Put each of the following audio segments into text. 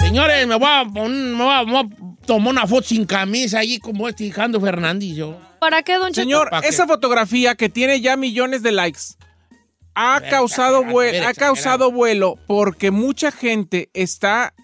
Señores, me voy a, poner- me voy a- me voy a tomar una foto sin camisa allí como este Alejandro Fernández yo. ¿Para qué, don Cheto? Señor, ¿Para qué? esa fotografía que tiene ya millones de likes ha Verga, causado, verga, vue- verga, ha causado vuelo porque mucha gente está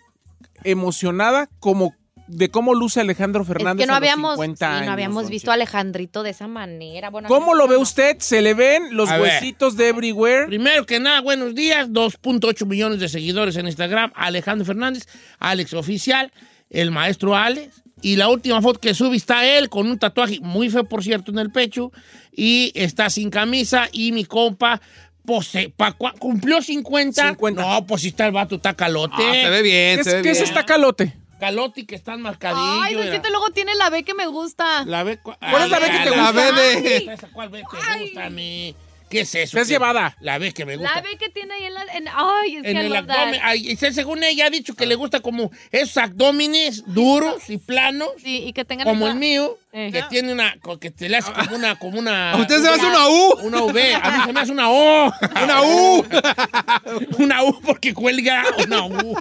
emocionada como de cómo luce Alejandro Es Fernández. que no a los habíamos, 50 sí, años, no habíamos don visto Cheto. a Alejandrito de esa manera. Bueno, ¿Cómo lo ve no. usted? ¿Se le ven los A ver. huesitos de everywhere? Primero que nada, buenos días. 2.8 millones de seguidores en Instagram. Alejandro Fernández, Alex Oficial, el maestro Alex. Y la última foto que subí está él con un tatuaje muy feo, por cierto, en el pecho. Y está sin camisa. Y mi compa pues, se- pa- cua- cumplió 50. 50. No, pues si está el vato, está calote. Ah, se ve bien, Es se ve que bien. ese está calote. Calote y que están marcadillos. Ay, don era. Cheto, luego tiene la B que me gusta. La B, ¿Cuál es la B que te gusta? La B Ay. de... ¿Esa ¿Cuál B te gusta a mí? ¿Qué es eso? Te has ¿Qué? llevada. La B que me gusta. La B que tiene ahí en la... en- ay, es que en I el love that. abdomen. Ay, y se- según ella ha dicho que le gusta como esos abdómenes duros y planos, Sí, y que tengan... como esa- el mío, Eh. que tiene una, co- que te le hace como una, como una. A usted se una- me hace una U. Una V, a mí se me hace una O. Una U. una U porque cuelga una U.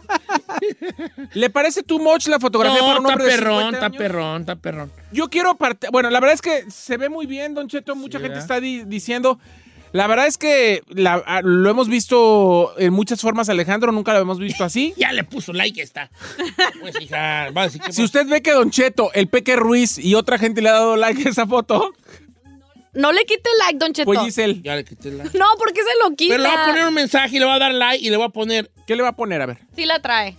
¿Le parece too much la fotografía para No, un está hombre de perrón, 50 está años? perrón, está perrón. Yo quiero aparte. Bueno, la verdad es que se ve muy bien, Don Cheto. Mucha gente ¿verdad? está di- diciendo. La verdad es que la- a- lo hemos visto en muchas formas, Alejandro. Nunca lo hemos visto así. Ya le puso like, ya está. Pues hija, va a decir que. Si usted ve que Don Cheto, el Peque Ruiz y otra gente le ha dado like a esa foto, No le quite like, don Cheto. pues Giselle, Ya le quité el like. No, porque se lo quita. Pero le voy a poner un mensaje y le voy a dar like y le voy a poner ¿qué le va a poner? A ver. Sí la trae.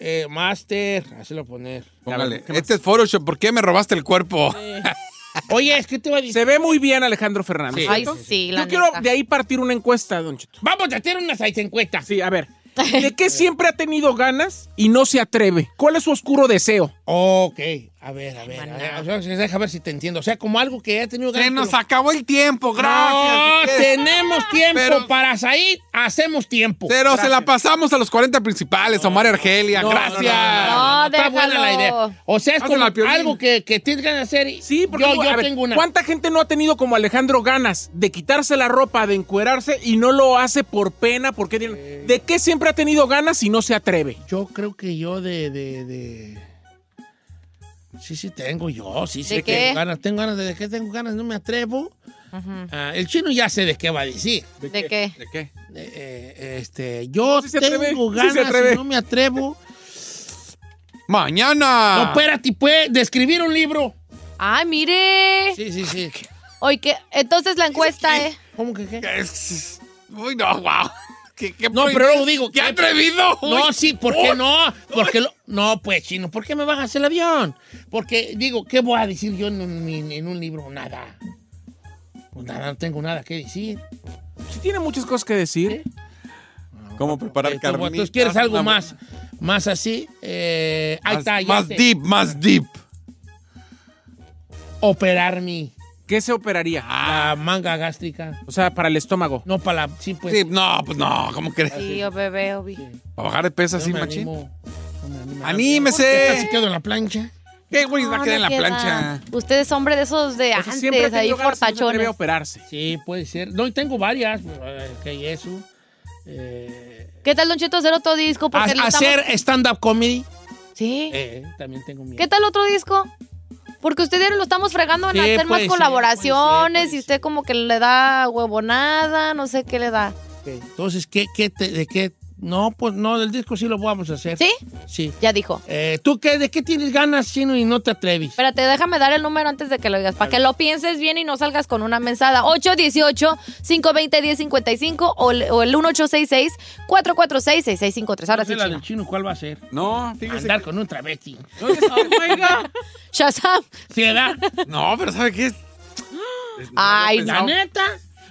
eh, Master. Así lo voy a poner. Póngale, Este es Photoshop. ¿Por qué me robaste el cuerpo? Oye, es que te voy a decir. Se ve muy bien Alejandro Fernández. Sí. Ay, ¿cierto? sí, la Yo quiero neta. de ahí partir una encuesta, Don Cheto. Vamos a hacer unas encuestas. Sí, a ver. ¿De qué siempre ha tenido ganas y no se atreve? ¿Cuál es su oscuro deseo? Ok, a ver, a ver, a ver, a ver, deja ver si te entiendo. O sea, como algo que ya he tenido ganas. Se nos pero- acabó el tiempo, gracias. No, tenemos tiempo Pero- para salir, hacemos tiempo. Pero se la pasamos a los 40 principales, Omar y Argelia. No, gracias. No, no, no, está déjalo. buena la idea. O sea, es Hazlo como al Piolín. algo que, que tienes ganas de hacer. y- Sí, porque yo, a yo ver, tengo una. ¿cuánta gente no ha tenido como Alejandro ganas de quitarse la ropa, de encuerarse y no lo hace por pena? Porque tiene- ¿De qué siempre ha tenido ganas y no se atreve? Yo creo que yo de, de, de- Sí, sí, tengo yo. Sí, sí, ¿De tengo qué? ganas. Tengo ganas de, de qué tengo ganas, no me atrevo. Ah, el chino ya sé de qué va a decir. ¿De, qué? ¿De qué? Eh, eh, este, yo Sí se atreve, tengo sí se ganas atreve. y no me atrevo. Mañana. Ah. No, espérate, pues, de escribir un libro. Ay, mire. Sí, sí, sí. Oye, que entonces la encuesta, ¿eh? ¿Cómo que qué? Es- Uy, no, wow. ¿Qué, qué- No, pero luego digo, ¿Qué ¿qué? atrevido? No, Uy. sí, ¿por qué no? Porque lo- no, pues, chino, ¿por qué me bajas el avión? Porque, digo, ¿qué voy a decir yo en un, en- en un libro? Nada. Pues nada, no tengo nada que decir. Sí tiene muchas cosas que decir. ¿Cómo preparar Entonces, carnitas? Entonces, Eh, ¿quieres algo Una- más? Más así. Eh, ahí Más, está, ya más sé. deep, más deep. Operar mi ¿Qué se operaría? Ah, Ah. la manga gástrica. O sea, para el estómago. No, para la. Sí, pues. Sí, no, pues no, ¿cómo crees? Ah, Sí, o bebé, obi. ¿Para bajar de peso no así, me machín? animo, no me animo. Ya casi ¡Anímese! quedo en la plancha. ¿Qué güey va a Ah, No, quedar en la no queda. plancha? Usted es hombre de esos de O sea, siempre ha antes, ahí tenido ganas y no se atreve fortachones. a operarse. Sí, puede ser. No, y tengo varias. eh, Que eso. Eh, ¿Qué tal, Don Cheto, hacer otro disco? Porque ha- lo estamos- hacer stand-up comedy. Sí. Eh, también tengo miedo. ¿Qué tal otro disco? Porque usted diario lo estamos fregando en Sí, hacer más puede ser, puede colaboraciones ser, puede y usted como que le da huevonada, no sé qué le da. Entonces, ¿qué, qué te- ¿de qué? No, pues no, del disco sí lo vamos a hacer. ¿Sí? Sí. Ya dijo. Eh, ¿Tú qué? ¿De qué tienes ganas, Chino, y no te atreves? Espérate, déjame dar el número antes de que lo digas, para que lo pienses bien y no salgas con una mensada. 818-520-1055 o, el- o el 1866-446-6653. Ahora No sé sí, la Chino. del Chino, ¿cuál va a ser? No, fíjese. Andar con Oh un travesti. Shazam. ¿Sí, verdad? que- No, pero ¿sabe qué? Ay, La no. neta,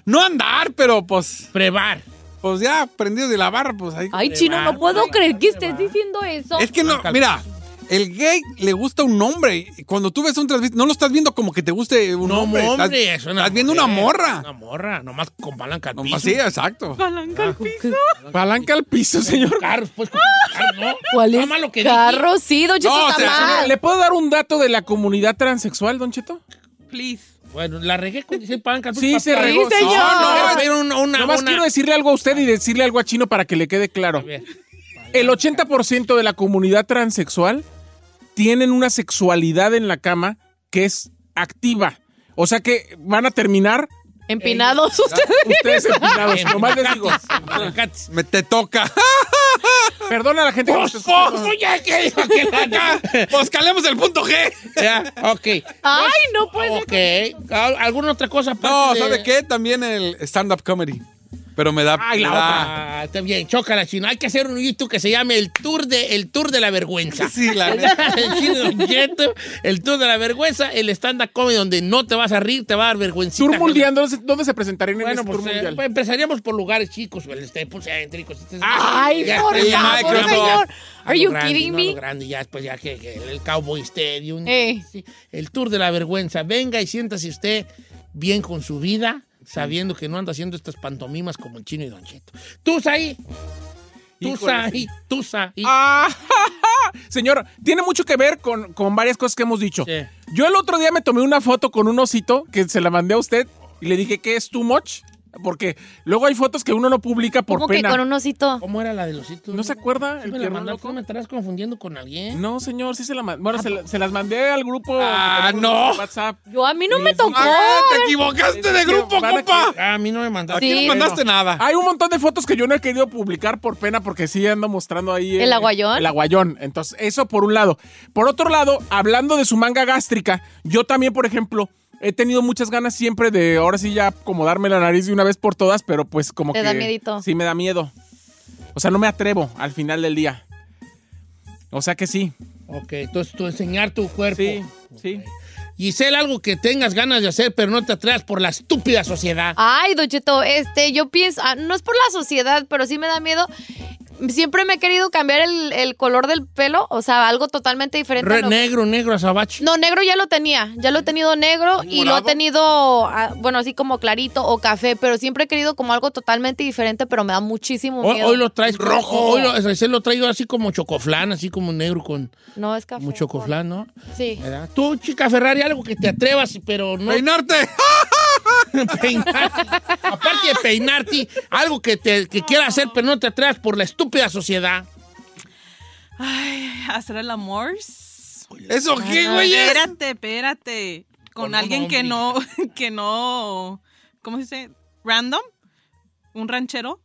No andar, pero pues, prevar. pues ya prendido de la barra, pues ahí. Ay, Chino, no puedo creer que estés diciendo eso. Es que no, Arranca el mira, el gay le gusta un hombre. y Cuando tú ves un transvesti, no lo estás viendo como que te guste un No, hombre. hombre, Estás- es una estás viendo una mujer, morra. Una morra, nomás con palanca al Nomás, piso. sí, exacto. Palanca al piso, señor. Carros, pues, con carros, ¿no? ¿Cuál Nada más lo que dije. Carro, sí, Don Cheto, No, está o sea, mal. ¿Le puedo dar un dato de la comunidad transexual, Don Cheto? Bueno, la regué con decir palanca al piso. Sí, pa- se pa- regó. Sí, señor. No, No, no, era una, una, Nada más una- quiero decirle algo a usted y decirle algo a Chino para que le quede A claro. ver, El 80% de la comunidad transexual tienen una sexualidad en la cama que es activa. O sea que van a terminar Empinados ustedes. ustedes empinados. en- Pues, Nomás les digo, en Aguacates. Me te toca. perdona a la gente que nos Pues, escucha. pues, ya que dijo que la pues calemos el punto G. Ya, ok. Ay, Pues, no pues, puede Ok. ¿Al- ¿Alguna otra cosa? No, aparte de- ¿sabe qué? También el stand-up comedy. Pero me da. Ay, la me da- Ah, está bien, chócala, chino. Hay que hacer un YouTube que se llame el Tour de, el tour de la Vergüenza. Sí, la neta. el, Chino Don Cheto, el Tour de la Vergüenza, el stand-up comedy donde no te vas a rir, te va a dar vergüencita. Tour mundial, ¿dónde se, dónde se presentarían en Bueno, ese tour pues, eh, mundial? pues, empezaríamos por lugares chicos, el este, pues, céntricos. este- Ay, ya, por el favor, Microsoft. señor. A Are lo you grande, kidding no, a me? lo grande, ya después ya que, que el Cowboy Stadium. Ey. sí, el Tour de la Vergüenza. Venga y siéntase usted bien con su vida, sabiendo que no anda haciendo estas pantomimas como el chino y Don Cheto. Tú ahí. Tú Híjole, ahí. Tú ahí. Ah, Señor, tiene mucho que ver con, con varias cosas que hemos dicho. Sí. Yo el otro día me tomé una foto con un osito que se la mandé a usted y le dije que es too much. Porque luego hay fotos que uno no publica por Como que pena. con un osito. ¿Cómo era la de los hitos? ¿No se acuerda Sí el me la pierno mandaste, loco? ¿no me estarás confundiendo con ¿Eh? alguien? No, señor, sí se la mandé. Ah, Bueno, se, la- se las mandé al grupo. Ah, al grupo no. de WhatsApp. Yo a mí no me tocó. Ah, te equivocaste de grupo, Van a compa. Ah, a mí no me mandaste. Aquí Sí. no mandaste nada. Hay un montón de fotos que yo no he querido publicar por pena porque sí ando mostrando ahí. eh, ¿El aguayón? El aguayón. Entonces, eso por un lado. Por otro lado, hablando de su manga gástrica, yo también, por ejemplo, he tenido muchas ganas siempre de ahora sí ya acomodarme la nariz de una vez por todas, pero pues como Te que. da miedito. Sí, me da miedo. O sea, no me atrevo al final del día. O sea que sí. Ok, entonces tú enseñar tu cuerpo. Sí, sí. Giselle, algo que tengas ganas de hacer, pero no te atrevas por la estúpida sociedad. Ay, Don Cheto, este, yo pienso, ah, no es por la sociedad, pero sí me da miedo. Siempre me he querido cambiar el, el color del pelo, o sea, algo totalmente diferente. a Re- lo- negro, negro, azabache. No, negro ya lo tenía, ya lo he tenido negro y lo he ¿Morado? tenido, ah, bueno, así como clarito o café, pero siempre he querido como algo totalmente diferente, pero me da muchísimo Hoy, miedo. hoy lo traes Rojo. Hoy lo, Giselle lo traigo así como chocoflán, así como negro con no es café. mucho chocoflán, ¿no? Sí. ¿Verdad? Tú, chica Ferrari, algo que te atrevas, pero no Peinarte. peinarte. Aparte de peinarte, algo que, te, que quieras hacer, pero no te atrevas por la estúpida sociedad. Ay, hacer el amor. ¿Eso qué, Ah, güey? es? Espérate, espérate. Con, Con un alguien que no, hombre. que no, ¿cómo se dice? Random, un ranchero,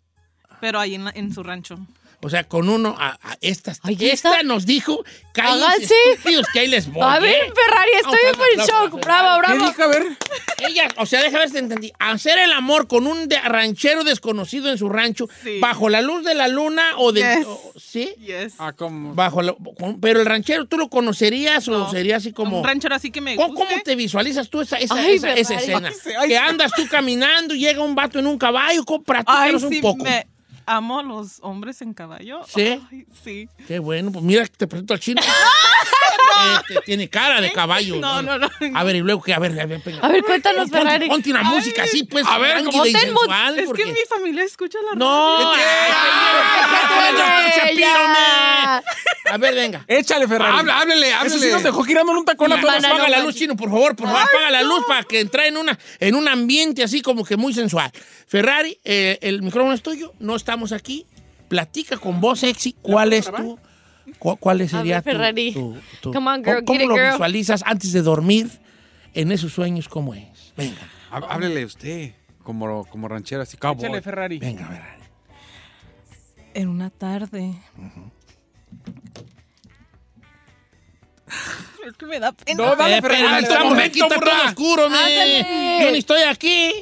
pero ahí en, la- en su rancho. O sea, con uno a, a estas. Ay, esta esta- nos dijo, cállense Háganse. estúpidos que ahí les voy. A ver, ¿eh?" Ferrari, estoy Vamos, en aplausos, shock. Ferrari. Bravo, ¿Qué bravo. dije? A ver. Ella, o sea, déjame ver si te entendí. Hacer el amor con un de- ranchero desconocido en su rancho, Sí. bajo la luz de la luna o del. Yes. o- ¿Sí? Yes. Ah, ¿cómo? Bajo la- con- pero el ranchero, ¿tú lo conocerías o No. sería así como.? Un ranchero así que me ¿Cómo, guste. cómo te visualizas tú esa, esa, Ay, esa- esa Ferrari. escena? Ay, sí, ay, que sí. andas tú caminando, y llega un vato en un caballo, compra tú Ay, quieres sí, un poco. me amo a los hombres en caballo. ¿Sí? Ay, sí. Qué bueno, pues mira, te presento al chino. Este, tiene cara de caballo. No, no, no. A ver, y luego que, a ver, a ver, venga. A ver, cuéntanos, Ponte- Ferrari. Ponte una música así, pues. a ver, tranquila ¿cómo? y Ponte en mood. sensual, Es porque- que mi familia escucha la No. radio. ay, ay, ay, ella. ay, A ver, venga. Échale, Ferrari. Habla, háblele, háblele. Eso sí nos dejó girando en un tacón a Hola, todas. Banana apaga Eh, la man. luz, chino, por favor, por favor, apaga la luz para que entre en una en un ambiente así como que muy sensual. Ferrari, eh, el micrófono es tuyo, no estamos aquí. Platica con voz sexy, ¿cuál es tu ¿Cu- ¿Cuál A sería ver, Ferrari. tu, tu- tu- Come on, girl, ¿Cómo, get it, lo girl. visualizas antes de dormir en esos sueños? ¿Cómo es? Venga, Há- Háblele usted, como, como ranchera, así cowboy. Échale, Ferrari. venga, Ferrari. En una tarde. Es que me da pena. No, dale, Eh, Ferrari, espera, en este estamos aquí, momento, está todo burra. oscuro, me. Ándale. Yo ni estoy aquí.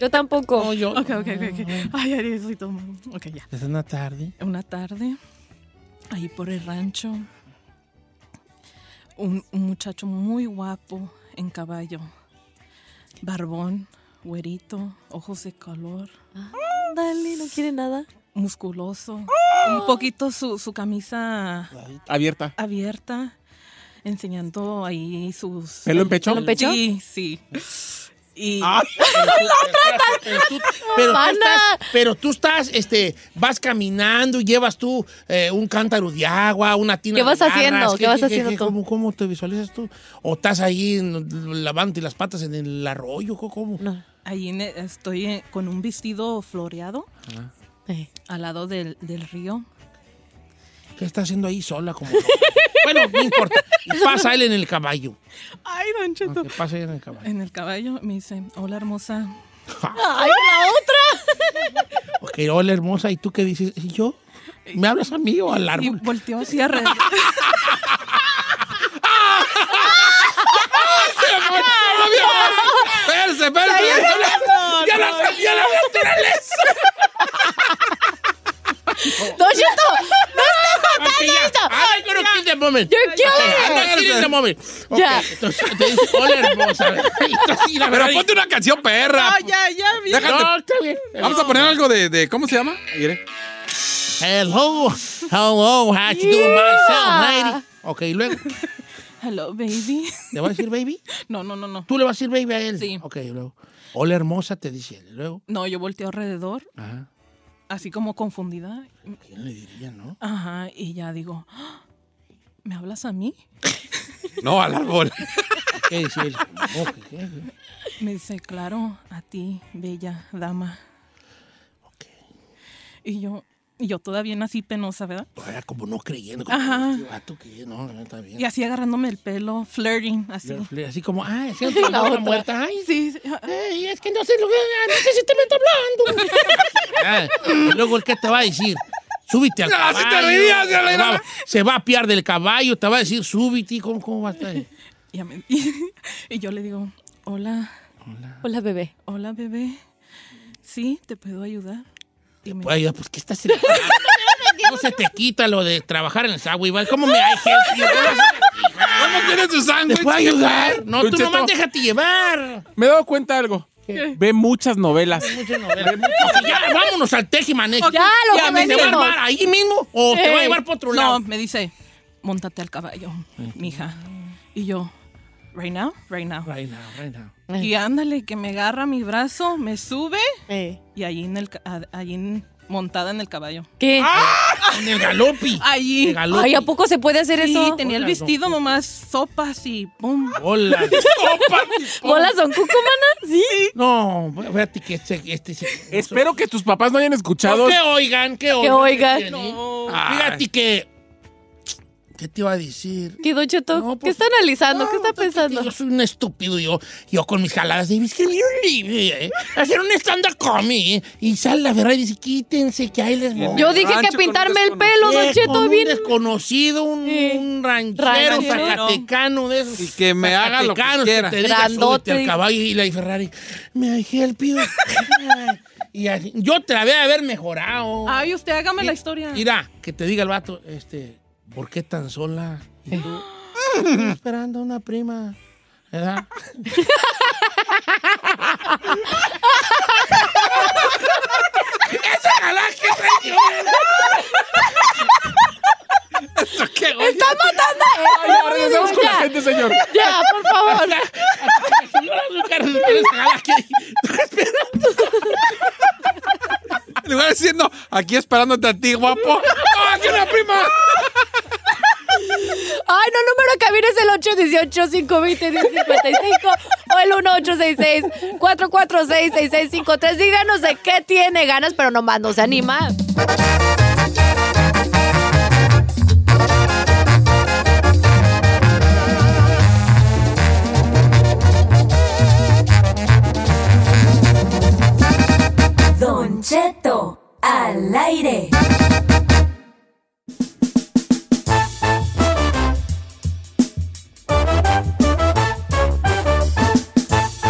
Yo tampoco. No, yo. Ok, ok, ok. ok. Ay, ay, soy todo mal. Ok, ya. Es una tarde. Una tarde, ahí por el rancho, un, un muchacho muy guapo en caballo. Barbón, güerito, ojos de color, Dale, no quiere nada. musculoso. Un poquito su, su camisa Abierta. abierta, enseñando ahí sus... ¿Pelo en pecho? ¿Pelo en pecho? Ah. Sí, sí. Y Pero tú, Ah. pero tú estás, pero tú estás, este, vas caminando y llevas tú eh, un cántaro de agua, una tina ¿Qué de vas garras. haciendo? ¿Qué vas haciendo tú? ¿cómo, cómo te visualizas tú? ¿O estás ahí en- lavándote las patas en el arroyo? ¿Cómo- ¿Cómo? No. ahí en- estoy eh, con un vestido floreado Eh. al lado del, del río. ¿Qué está haciendo ahí sola? Como bueno, no importa. Y Pasa él en el caballo. Ay, Don Cheto. Que pasa él en el caballo. En el caballo me dice, hola hermosa. ¡Ay, la otra! Ok, hola hermosa. ¿Y tú qué dices? ¿Y yo? ¿Me hablas a mí o al Y árbol? volteó así alrededor. ¡Espérese, espérese! ¡Ya la cambió la naturaleza! ¡No, Cheto! Ok, ya. I'm gonna kill the moment. ¡You're I'm killing it! gonna kill the moment. Ok, Ya. entonces te dice, hola hermosa. Entonces, y la Pero verdad, ponte una canción perra. ya, ya, mira. Déjate- No, está bien. Vamos a poner algo de, de- ¿cómo se llama? Mire. Hello, hello, how you doing myself, lady? Ok, luego, Hello, baby. ¿le va a decir baby? No, no, no, no. ¿Tú le vas a decir baby a él? Sí. Ok, luego. Hola hermosa, te dice él. Luego, No, yo volteo alrededor, ajá. así como confundida. ¿Quién le diría, no? Ajá, y ya digo, "Ah, ¿me hablas a mí? No, al árbol. ¿Qué decir? Ok, ¿qué? Me dice, claro, a ti, bella dama. Ok. Y yo, y yo todavía así penosa, ¿verdad? Todavía como no creyendo. Como Ajá. "Este vato que no, no está bien. Y así agarrándome el pelo, flirting, así. Así como, ah, es que no la muerta. Ay, Sí, sí, ah, Ey, Eh, es que no sé lo que, ah, no sé si te me está hablando. Ah, y luego el que te va a decir, súbite al Ah, caballo. sí te reías, ya la se, va, era. se va a piar del caballo, te va a decir, súbite, ¿cómo, cómo va a estar? y ya me- y yo le digo, hola, Hola, bebé. Hola, bebé. Sí, ¿te puedo ayudar? Y me- Ay, ¿por qué estás en el caballo? No se te quita lo de trabajar en el Subway, ¿vale? ¿Cómo me hay gente? ¿Cómo quieres su ¿Te puedo sándwich? ayudar? No, Don tú Cheto. nomás déjate llevar. Me he dado cuenta de algo. Ve muchas novelas. Muchas novelas. Ok, ya, vámonos al tejimanejo. Ya, lo ¿Te va a convencimos. llevar ahí mismo o te va a llevar por otro No, lado? me dice, montate al caballo, mija. Y yo, right now, right now. Right now, right now. Y ándale, que me agarra mi brazo, me sube Eh, y allí en el, ca- ah, allí en- montada en el caballo. ¿Qué? Ah, En el galopi. En el Allí. galopi. Ay, ¿a poco se puede hacer Sí, eso? tenía el Hola, vestido nomás sopas y pum. Hola. ¿Bolas son cucumanas? Sí. No, fíjate que este, este sí. Espero que tus papás no hayan escuchado. No, que oigan, que oigan. oigan. Jenny. No. Ay. Fíjate que. ¿Qué te iba a decir? ¿Qué, Don Cheto? No, ¿Qué pues, está analizando? ¿Qué está No, pues, pensando? Yo soy un estúpido, yo, yo con mis jaladas de escribir un libro, eh, hacer un stand-up comedy. ¿eh? Y sale la verdad y dice, quítense, que ahí les voy. Yo dije rancho con que pintarme un el pelo, Don Eh, con Cheto, un bien. desconocido, un, Eh, un ranchero, ranchero. zacatecano de esos. Y que me haga lo que zacatecanos quiera. te diga, Grandote. "Súbete al caballo y la Ferrari. Me dejé el pido. y así, yo te la voy a haber mejorado. Ay, usted hágame la historia. Mira, que te diga el vato, este, ¿por qué tan sola? Y tú, "Estoy esperando a una prima. ¿Verdad? ¡Esa galán que trae! ¡Está matando! Ay, ya, regresamos con la Ya. gente, señor. Ya, por favor. Señora Lucar, esa galán que- Estoy esperando. Le voy diciendo, aquí esperándote a ti, guapo. ¡Ah, que una prima! Ay, no, número de cabina es el 818-520-1055 o el 1866-446-6653. Díganos de qué tiene ganas, pero nomás no se anima. aire.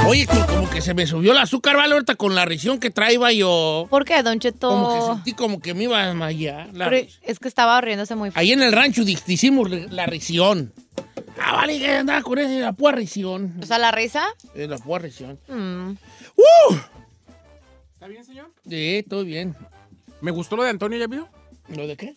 Oye, co- como que se me subió el azúcar, ¿vale? Ahorita con la risión que traía yo. ¿Por qué, Don Cheto? Como que sentí como que me iba a desmayar. la Pero risa. es que estaba riéndose muy fuerte. Ahí en el rancho di- hicimos re- la risión. Ah, vale, que andaba con esa la púa risión. O sea, la risa. Eh, La púa risión. mm, ¡Uh! ¿Está bien, señor? Sí, todo bien. Me gustó lo de Antonio, ¿ya vio? ¿Lo de qué?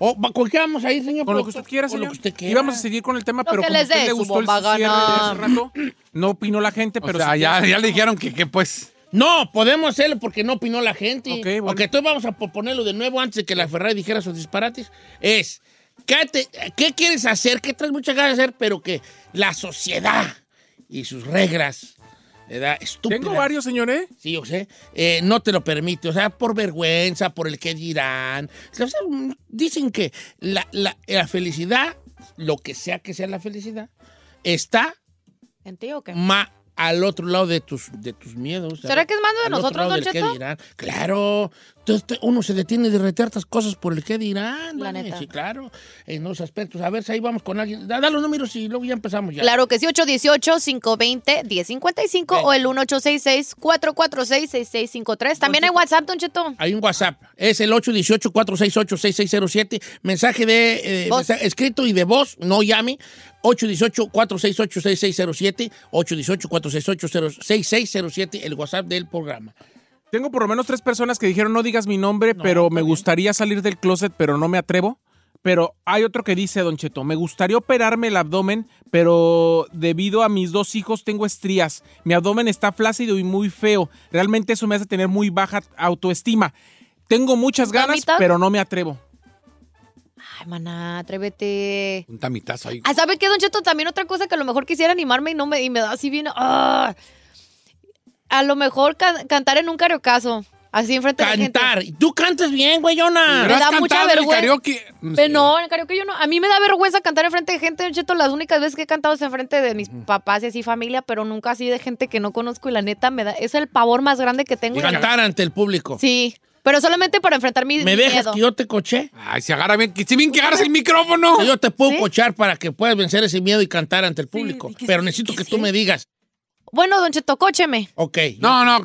Oh, ¿va- ¿Con qué vamos ahí, señor? Con lo que usted quiera, Con señor. lo que usted quiera. Íbamos a seguir con el tema, Lo pero que como a les usted dé le su gustó el bomba cierre de gana. hace rato, no opinó la gente, O pero sea, sí- ya, ya le dijeron que, que pues. No, podemos hacerlo porque no opinó la gente. Ok, bueno. Aunque entonces vamos a proponerlo de nuevo antes de que la Ferrari dijera sus disparates. Es, ¿qué, te- qué quieres hacer? ¿Qué traes muchas ganas de hacer? Pero que la sociedad y sus reglas, ¿verdad? Estúpidas. Tengo varios, señor, ¿eh? Sí, yo sé. eh, no te lo permite. O sea, por vergüenza, por el que dirán. O sea, mm, dicen que la, la- la felicidad, lo que sea que sea la felicidad, está ¿En ti o qué? más al otro lado de tus, de tus miedos. ¿Será que es mando de Al otro nosotros, lado Don del qué Cheto? dirán. Claro. Entonces, te- uno se detiene de retear estas cosas por el que dirán. La vale. neta. Sí, claro. En los aspectos. A ver si ahí vamos con alguien. Da, da los números y luego ya empezamos ya. Claro que sí, 818-520-1055 o el 1866-446-6653. También hay WhatsApp, Don Cheto. Hay un WhatsApp. Es el 818-468-6607. Mensaje de eh, Voz. mensaje escrito y de voz, no llame. 818-468-6607. 818-468-6607. El WhatsApp del programa. Tengo por lo menos tres personas que dijeron no digas mi nombre, pero me gustaría salir del closet, pero no me atrevo. Pero hay otro que dice, Don Cheto, me gustaría operarme el abdomen, pero debido a mis dos hijos tengo estrías. Mi abdomen está flácido y muy feo. Realmente eso me hace tener muy baja autoestima. Tengo muchas ganas, ¿Mamita? pero no me atrevo. Ay, maná, atrévete. Un tamitazo ahí. Ah, ¿sabe qué, Don Cheto? También otra cosa que a lo mejor quisiera animarme y no me, y me da así bien. ah. A lo mejor can- cantar en un cariocazo. Así enfrente de la gente. Cantar. Y Tú cantas bien, Pero- güeyona. da ¿Has mucha cantado el vergüenza. karaoke? Pero no, en el karaoke yo no. A mí me da vergüenza cantar enfrente de gente, Don Cheto. Las únicas veces que he cantado es enfrente de mis papás y así familia, pero nunca así de gente que no conozco y la neta me da. Es el pavor más grande que tengo. Cantar ante el público. Sí, pero solamente para enfrentar mi Oh. ¿Me mi dejas miedo. que yo te coché? Ay, se agarra bien. que- Si bien que agarras el micrófono. Que Yo te puedo ¿Sí? cochar para que puedas vencer ese miedo y cantar ante el público. di que Pero sí, necesito que que sí. tú me digas. Bueno, Don Cheto, cócheme. Ok. No, no.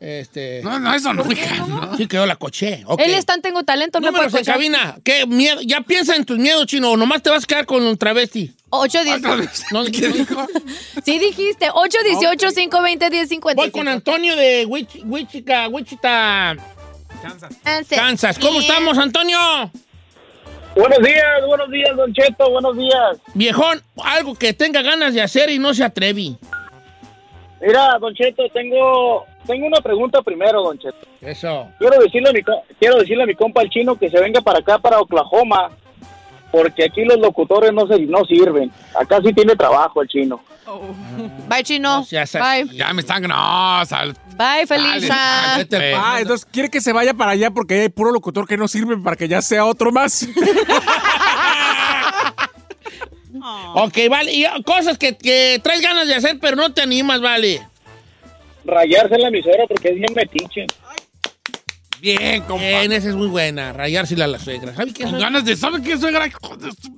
Este. No, no, eso no. hija, no. Sí, que yo la coché. ok. Él es tan tengo talento, no para Números de cochar. cabina. ¿Qué miedo? ¿Ya piensa en tus miedos, chino? ¿O nomás te vas a quedar con un travesti? 818. Otra vez. No, ¿Qué dijo? Sí dijiste, 818 520 1055. Voy con Antonio de Wich- Wichita, Wichita, Answer. Kansas. ¿Cómo Bien. estamos, Antonio? Buenos días, buenos días, Don Cheto, buenos días. Viejón, algo que tenga ganas de hacer y no se atrevi. Mira, Don Cheto, tengo, tengo una pregunta primero, Don Cheto. Eso. Quiero decirle, a mi, co- quiero decirle a mi compa el chino que se venga para acá, para Oklahoma, porque aquí los locutores no, se, no sirven. Acá sí tiene trabajo el chino. Bye, chino. No seas Bye. así. Ya me están. No, sal. Bye, Ah, Felisa. vete Eh. al Ah, entonces quiere que se vaya para allá porque ahí hay puro locutor que no sirve para que ya sea otro más. Ok, vale. Y ah, cosas que, que traes ganas de hacer, pero no te animas, vale. Rayarse en la misera porque es bien metiche. Bien, compa. Bien, Eh, esa es muy buena. Rayársela a la suegra. ¿Sabes qué? Con ganas de. ¿Sabe qué, suegra? Hijo de su-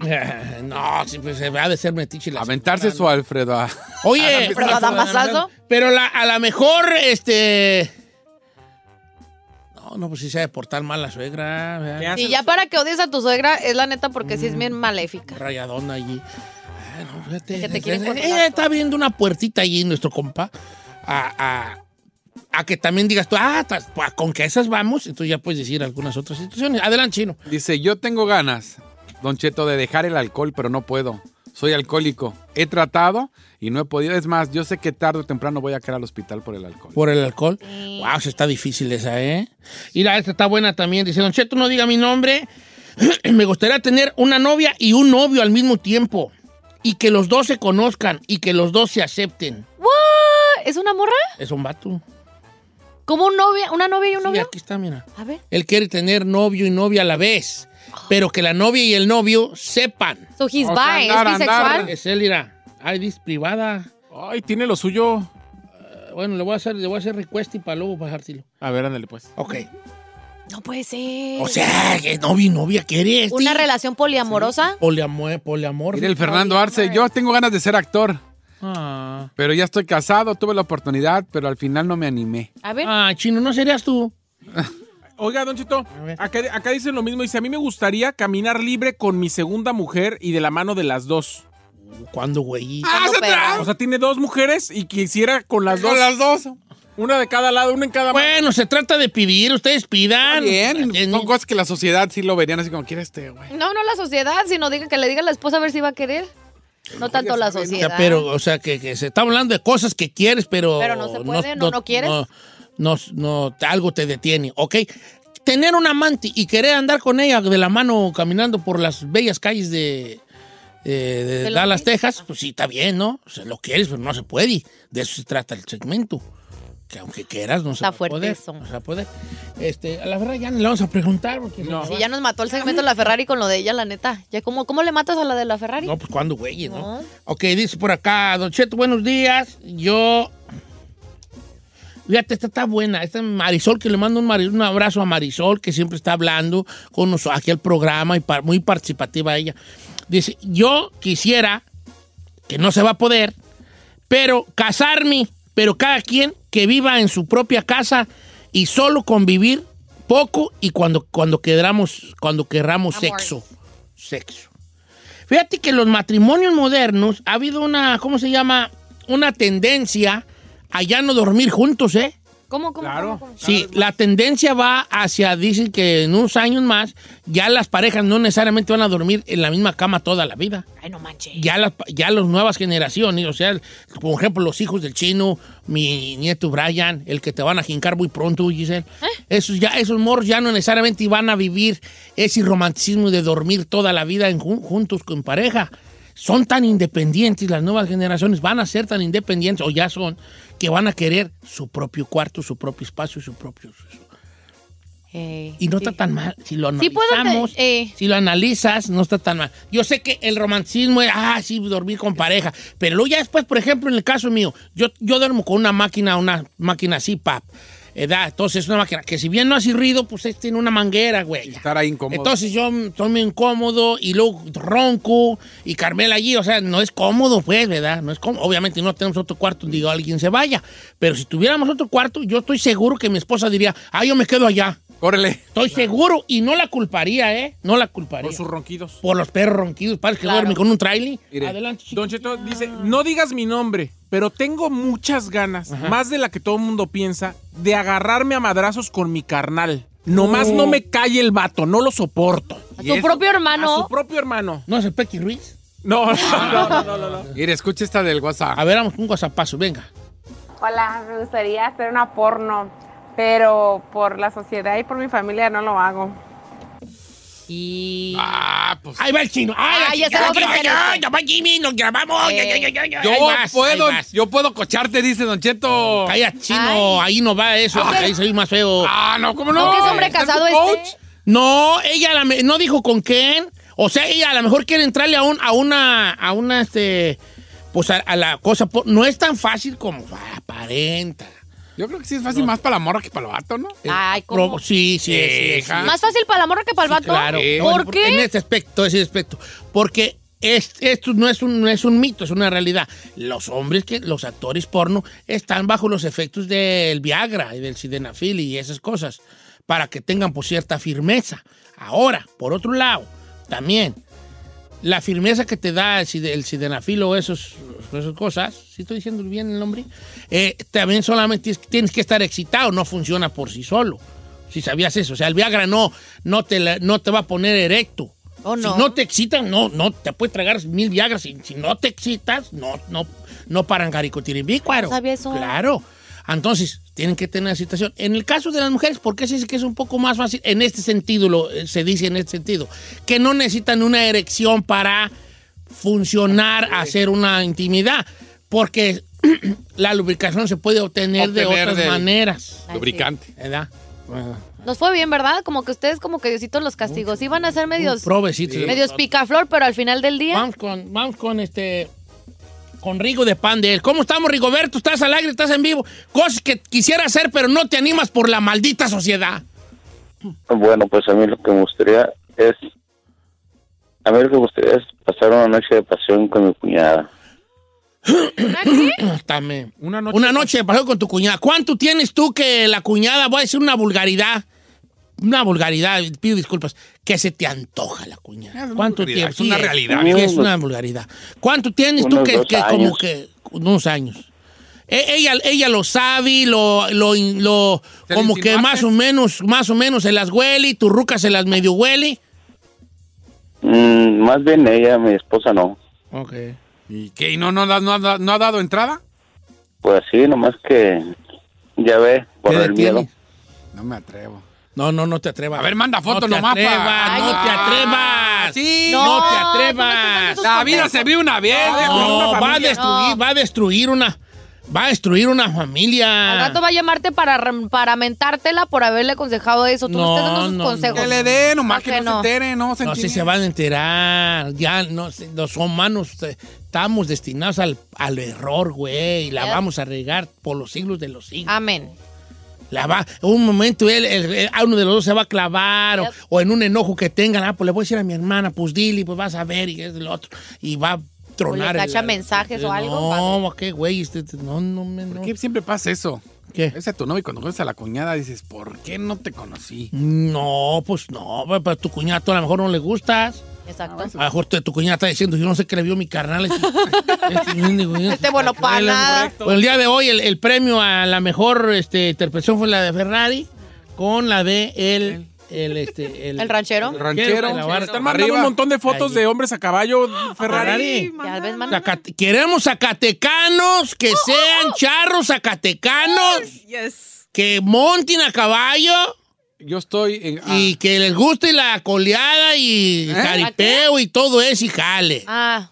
No, sí, pues se va a de ser metiche la Aventarse suegra, su Alfredo. ah. Oye, Pero a damasazo. Pero la- a lo mejor, este. No, no, pues sí se ha de portar mal la suegra. ¿verdad? Y ya para que odies a tu suegra, es la neta porque sí es Mm. bien maléfica. Rayadona allí. Ay, no, fíjate. Que te quieren Ella controlar está viendo una puertita allí, nuestro compa. A, a- a que también digas tú, ah, tas- pues, con que esas vamos. Entonces ya puedes decir algunas otras situaciones. Adelante, chino. Dice, yo tengo ganas, Don Cheto, de dejar el alcohol, pero no puedo. Soy alcohólico. He tratado y no he podido. Es más, yo sé que tarde o temprano voy a caer al hospital por el alcohol. Por el alcohol. Wow, se está difícil esa, ¿eh? Mira, esta está buena también. Dice, Don Cheto, no diga mi nombre. Me gustaría tener una novia y un novio al mismo tiempo. Y que los dos se conozcan y que los dos se acepten. ¿What? ¿Es una morra? Es un vato. ¿Como un novia, una novia y un Sí, novio? aquí está, mira. A ver. Él quiere tener novio y novia a la vez. Pero que la novia y el novio sepan. So he's O sea, bi, es andar, andar. bisexual. Es él, mira. Ay, dice privada. Ay, tiene lo suyo. Eh, Bueno, le voy a hacer, le voy a hacer request y para luego bajártelo. A ver, ándale pues. Ok. No puede ser. O sea, que novia, novia, ¿qué eres? Una relación poliamorosa. Poliamor, poliamor. Mira el Fernando Arce, yo tengo ganas de ser actor, Ah. pero ya estoy casado, tuve la oportunidad, pero al final no me animé. A ver. Ah, chino, ¿no serías tú? Oiga, Don Cheto, ver. acá, acá dicen lo mismo. Dice, a mí me gustaría caminar libre con mi segunda mujer y de la mano de las dos. ¿Cuándo, güey? ¿cuándo O pega? sea, tiene dos mujeres y quisiera con las dos. las dos. Una de cada lado, una en cada mano. Bueno, se trata de pedir, ustedes pidan. Bien, Entienden. son cosas que la sociedad sí lo verían así como quiere este, güey. No, no la sociedad, sino diga, que le diga a la esposa a ver si va a querer. No tanto la O sea, sociedad. pero, o sea, que, que se está hablando de cosas que quieres, pero. Pero no se puede, no- no quieres. No, no, no, te- algo te detiene, ¿ok? Tener un amante y querer andar con ella de la mano caminando por las bellas calles de, eh, de ¿De Los Dallas, Ángeles? Texas, pues sí, está bien, ¿no? O sea, lo quieres, pero no se puede. De eso se trata el segmento. Que aunque quieras, no se Está va a fuerte poder. eso. No se va a poder. Este, a la verdad ya no le vamos a preguntar. Porque No. se Sí, nos va. ya nos mató el segmento de la Ferrari con lo de ella, la neta. Ya, ¿cómo, cómo le matas a la de la Ferrari? No, pues cuando güey, ¿no? No. Ok, dice por acá, Don Cheto, buenos días. Yo. Fíjate, esta está buena. Esta es Marisol, que le mando un, mari- un abrazo a Marisol, que siempre está hablando con nosotros aquí al programa y par- muy participativa ella. Dice: Yo quisiera, que no se va a poder, pero casarme, pero cada quien que viva en su propia casa y solo convivir poco y cuando, cuando, queramos, cuando querramos Amor. sexo. Sexo. Fíjate que en los matrimonios modernos ha habido una, ¿cómo se llama? Una tendencia a ya no dormir juntos, ¿eh? ¿Cómo, cómo? Claro. cómo, cómo? Sí, la tendencia va hacia, dicen que en unos años más, ya las parejas no necesariamente van a dormir en la misma cama toda la vida Ay, no manches. ya las ya las nuevas generaciones, o sea, por ejemplo, los hijos del chino, mi nieto Brian, el que te van a jincar muy pronto, Giselle. Esos, ya, esos morros ya no necesariamente van a vivir ese romanticismo de dormir toda la vida en jun- juntos con pareja. Son tan independientes, las nuevas generaciones van a ser tan independientes, o ya son, que van a querer su propio cuarto, su propio espacio, su propio... Ey, Y no sí. está tan mal. Si lo Sí puedo te- analizamos, eh. si lo analizas, no está tan mal. Yo sé que el romanticismo es, ah, sí, dormir con pareja. Pero luego ya después, por ejemplo, en el caso mío, yo, yo duermo con una máquina, una máquina así, pap. Edad, entonces es una máquina que si bien no hace ruido, pues es- tiene una manguera, güey. Estar ahí incómodo. Entonces yo mm, estoy muy incómodo y luego ronco y Carmela allí, o sea, no es cómodo, pues, ¿verdad? No es cómodo. Obviamente no tenemos otro cuarto donde alguien se vaya, pero si tuviéramos otro cuarto, yo estoy seguro que mi esposa diría, ah, yo me quedo allá. Córrele. Estoy seguro y no la culparía, ¿eh? No la culparía. Por Por, sus ronquidos. los perros ronquidos, parece que Claro. duerme con un trailer. Mire, Adelante, chico. Don Cheto dice, no digas mi nombre, pero tengo muchas ganas, más de la que todo el mundo piensa, de agarrarme a madrazos con mi carnal. Nomás no me calle el vato, no lo soporto. A ¿Y su eso? propio A hermano. su propio hermano. ¿No es el Pequi Ruiz? No, no, no, no, no, no. Mire, escucha esta del WhatsApp. A ver, vamos con un guasapazo, venga. Hola, me gustaría hacer una porno, pero por la sociedad y por mi familia no lo hago. Y... Ah, pues. Ahí va el chino. ¡Ay, Ah, la ya chica! se va a ¡Ay, ofrecer ay, esto. ay, ya va Jimmy! ¡Nos grabamos! Eh. Ya, ya, ya, ya, ya. Yo Ahí vas, puedo, ahí vas. yo puedo cocharte, dice Don Cheto. Calla, chino. Ahí no va eso. Ahí soy más feo. Ah, no, ¿cómo no? ¿No que es hombre ¿Está tu casado coach? este? No, ella a la me- no dijo con quién. O sea, ella a lo mejor quiere entrarle a, un, a una, a una, este, pues a, a la cosa. po- No es tan fácil como ah, aparenta. Yo creo que sí es fácil más para la morra que para el vato, ¿no? Ay, ¿cómo? Probo- Eh, Sí, sí, sí, sí, Hija. ¿Más fácil para la morra que para el sí, vato? Claro. Sí. Bueno, ¿Por por- En qué? este aspecto, ese aspecto. Porque es- esto no es, un, no es un mito, es una realidad. Los hombres, que los actores porno, están bajo los efectos del Viagra y del Sidenafil y esas cosas, para que tengan por cierta firmeza. Ahora, por otro lado, también, la firmeza que te da el, side- el sidenafil o esos, esas cosas, si estoy diciendo bien el nombre, Eh, también solamente tienes, tienes que estar excitado, no funciona por sí solo. Si sabías eso, o sea, el Viagra no, no, te, la- no te va a poner erecto. Oh, no. Si no te excitas, no, no, te puedes tragar mil Viagras. Si, si no te excitas, no, no, no paran caricotirimbícuaro. No sabía eso. Claro. Entonces, tienen que tener excitación. En el caso de las mujeres, ¿por qué se dice que es un poco más fácil? En este sentido, lo, eh, se dice en este sentido, que no necesitan una erección para funcionar, hacer una intimidad, porque la lubricación se puede obtener, de Obtener otras del- maneras. Ay, sí. Lubricante. ¿Verdad? Nos fue bien, ¿verdad? Como que ustedes, como que Diosito los castigó. Sí, van a ser medios, Provecitos. de medios nosotros. picaflor, pero al final del día. Vamos con, vamos con este. Con Rigo de Pandel. ¿Cómo estamos, Rigoberto? ¿Estás al aire? ¿Estás en vivo? Cosas que quisiera hacer, pero no te animas por la maldita sociedad. Bueno, pues a mí lo que me gustaría es. A mí lo que me gustaría es pasar una noche de pasión con mi cuñada. Dame. Una noche. Una noche de paseo con tu cuñada. ¿Cuánto tienes tú que la cuñada, voy a decir una vulgaridad, una vulgaridad, pido disculpas, que se te antoja la cuñada? ¿Cuánto vulgaridad, tiempo? es una Sí, realidad. sí, es Unos- una vulgaridad. ¿Cuánto tienes tú unos que, dos que como años. que unos años? E- ella, ella lo sabe, lo, lo, lo- ¿Te lo como que más o menos, más o menos se las huele y tu ruca se las medio huele. Mm, más bien ella, mi esposa no. Ok. ¿Y qué? ¿Y no, no, da- no, ha da- no ha dado entrada? Pues sí, nomás que. Ya ve, por el miedo. No me atrevo. No, no, no te atrevas. A ver, manda foto no te nomás atrevas, pa- no te atrevas. Sí. No, No, te atrevas. La vida se vive una vez. No, va a destruir, No. va a destruir una, va a destruir una familia. Al rato va a llamarte para, rem- para mentártela por haberle aconsejado eso. Tú no, No, estás dando sus no, consejos. no. Que le den, nomás ¿A que no se entere, no se No sé, entere. se van a enterar. Ya, no sé, los humanos eh, estamos destinados al, al error, güey. Y la Ya. Ah. vamos a regar por los siglos de los siglos. Amén. La va, un momento, él, el- el- a uno de los dos se va a clavar, o- Ya. o, en un enojo que tengan, ah, pues le voy a decir a mi hermana, pues dile, pues vas a ver, y es el otro, y va a tronar. le el- cacha mensajes o algo, No, qué güey, este- este- no, no, me- no. ¿Por qué siempre pasa eso? ¿Qué? Ese tu novio y cuando conoces a la cuñada dices, ¿por qué no te conocí? No, pues no, pero- pero tu cuñado a lo mejor no le gustas. Ah, Exacto. A lo mejor tu, tu cuñada está diciendo, yo no sé qué le vio mi carnal. Este, este mendigo, este- Este bueno para nada. Bueno, Pues el día de hoy el, el premio a la mejor este, interpretación fue la de Ferrari con la de el, el, este, el, El ranchero. El ranchero. de la barra. Están mandando un montón de fotos de hombres a caballo, Ferrari. Ya ves, mano. Zacate- Queremos zacatecanos que sean charros zacatecanos, Yes. que monten a caballo Yo estoy en... ah, y que les guste la coleada y jaripeo y todo eso y jale. Ah,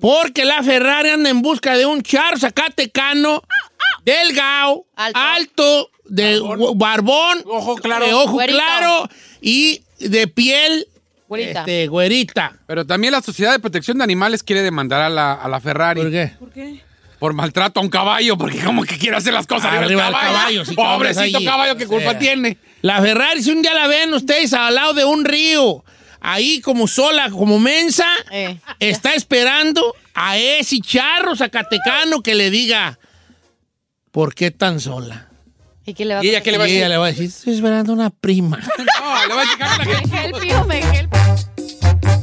Porque la Ferrari anda en busca de un char zacatecano, delgado, Alto. alto, de gu- barbón, Ojo claro. de ojo Güerito. claro y de piel güerita. este, güerita. Pero también la Sociedad de Protección de Animales quiere demandar a la, a la Ferrari ¿Por ¿Por, qué? ¿Por qué? maltrato a un caballo, porque como que quiere hacer las cosas arriba del Arriba del caballo, sí, cabrones, Pobrecito allí. caballo, ¿qué O culpa sea. tiene? La Ferrari, si un día la ven ustedes al lado de un río, ahí como sola, como mensa, Eh. está esperando a ese charro zacatecano que le diga, ¿por qué tan sola? ¿Y qué le va ¿Y ella qué le va a Y ella decir? le va a decir, estoy esperando una prima. No, le va a llegar a la gente. Me help you, me help.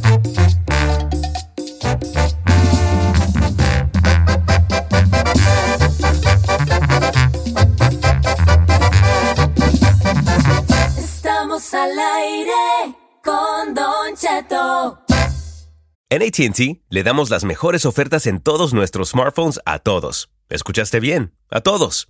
Estamos al aire con Don Cheto. En ATT le damos las mejores ofertas en todos nuestros smartphones a todos. ¿Escuchaste bien? A todos.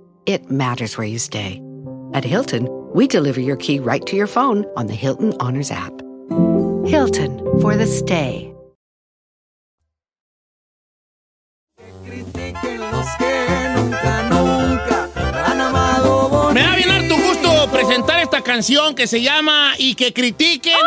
it matters where you stay. At Hilton, we deliver your key right to your phone on the Hilton Honors app. Hilton for the stay. Me da bien harto gusto presentar esta canción que se llama Y que critiquen,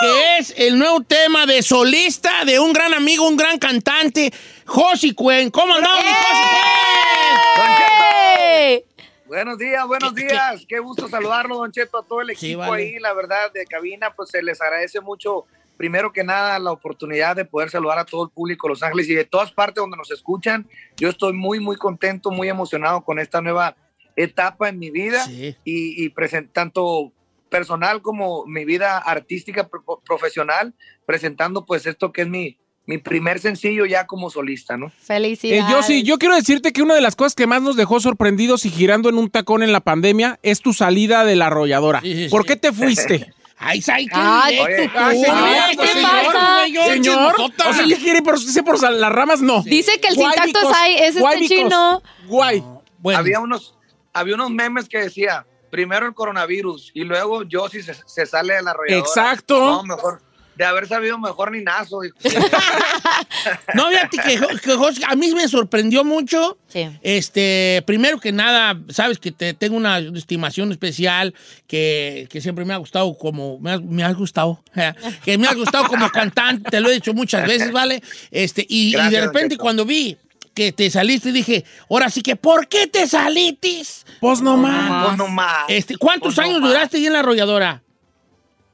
que es el nuevo tema de solista de un gran amigo, un gran cantante, Josi Cuen. ¿Cómo andamos, mi ¡Eh! Josi Buenos días, buenos días. Qué gusto saludarlo, Don Cheto, a todo el equipo Sí, vale. ahí, la verdad, de cabina, pues se les agradece mucho, primero que nada, la oportunidad de poder saludar a todo el público de Los Ángeles y de todas partes donde nos escuchan. Yo estoy muy, muy contento, muy emocionado con esta nueva etapa en mi vida y, y presen- tanto personal como mi vida artística pro- profesional, presentando pues esto que es mi, mi primer sencillo ya como solista, ¿no? Eh, Felicidades. yo sí, yo quiero decirte que una de las cosas que más nos dejó sorprendidos y girando en un tacón en la pandemia es tu salida de la arrolladora. ¿Por qué te fuiste? Ay, ay, qué Ay, directo tú. ay, señor, Ay, pues, ¿qué señor, pasa? güey, yo, Señor, chismosota. o sea, ¿qué quiere por, irse por las ramas? No. Dice que el sin Guay, tactos micos, hay, es guay, este micos. chino. Guay. Había unos, había unos memes que decía, primero el coronavirus y luego yo si se, se sale de la arrolladora. Exacto. No, mejor. De haber sabido mejor ni nazo. hijo. No, fíjate que, Jo- que Jos- a mí me sorprendió mucho. Este, primero que nada, sabes que te tengo una estimación especial que, que siempre me ha gustado como me ha, me ha gustado, que me ha gustado como cantante, te lo he dicho muchas veces, ¿vale? Este, y, y de Gracias, don repente Cheto. cuando vi que te saliste dije, ahora sí que ¿por qué te salitis? Pues no más. Pues no más. Este, ¿cuántos años duraste ahí en la arrolladora?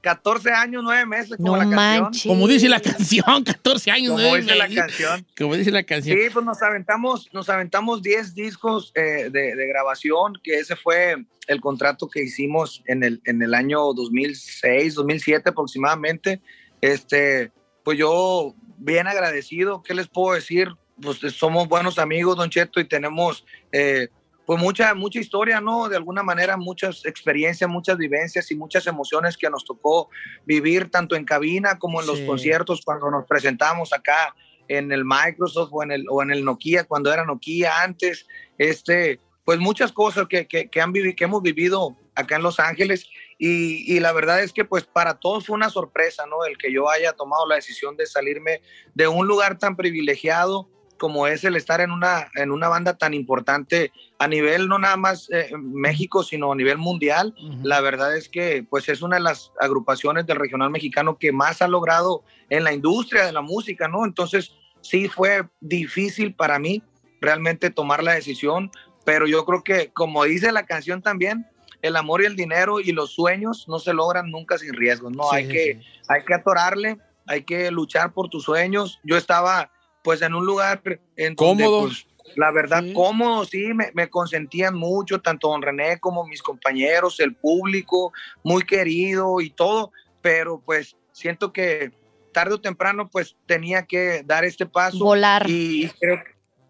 14 años, 9 meses, como No la manches. canción. Como dice la canción, 14 años, Como nueve dice la meses. canción. Como dice la canción. Sí, pues nos aventamos, nos aventamos 10 discos eh, de, de grabación, que ese fue el contrato que hicimos en el, en el año 2006, 2007 aproximadamente. Este, pues yo bien agradecido, ¿qué les puedo decir? Pues somos buenos amigos, Don Cheto, y tenemos eh, pues mucha, mucha historia, ¿no? De alguna manera, muchas experiencias, muchas vivencias y muchas emociones que nos tocó vivir tanto en cabina como en los Sí. conciertos cuando nos presentamos acá en el Microsoft o en el, o en el Nokia, cuando era Nokia antes, este, pues muchas cosas que, que, que han vivi- que hemos vivido acá en Los Ángeles y, y la verdad es que pues para todos fue una sorpresa, ¿no? El que yo haya tomado la decisión de salirme de un lugar tan privilegiado como es el estar en una, en una banda tan importante a nivel no nada más eh, México, sino a nivel mundial. La verdad es que pues es una de las agrupaciones del regional mexicano que más ha logrado en la industria de la música, ¿no? Entonces sí fue difícil para mí realmente tomar la decisión, pero yo creo que como dice la canción también, el amor y el dinero y los sueños no se logran nunca sin riesgos, ¿no? Sí, hay, sí, que, hay que atorarle, hay que luchar por tus sueños. Yo estaba pues en un lugar en donde, Cómodo. pues, la verdad, cómodo, sí, me, me consentían mucho, tanto don René como mis compañeros, el público, muy querido y todo, pero pues siento que tarde o temprano pues tenía que dar este paso. Volar. Y creo,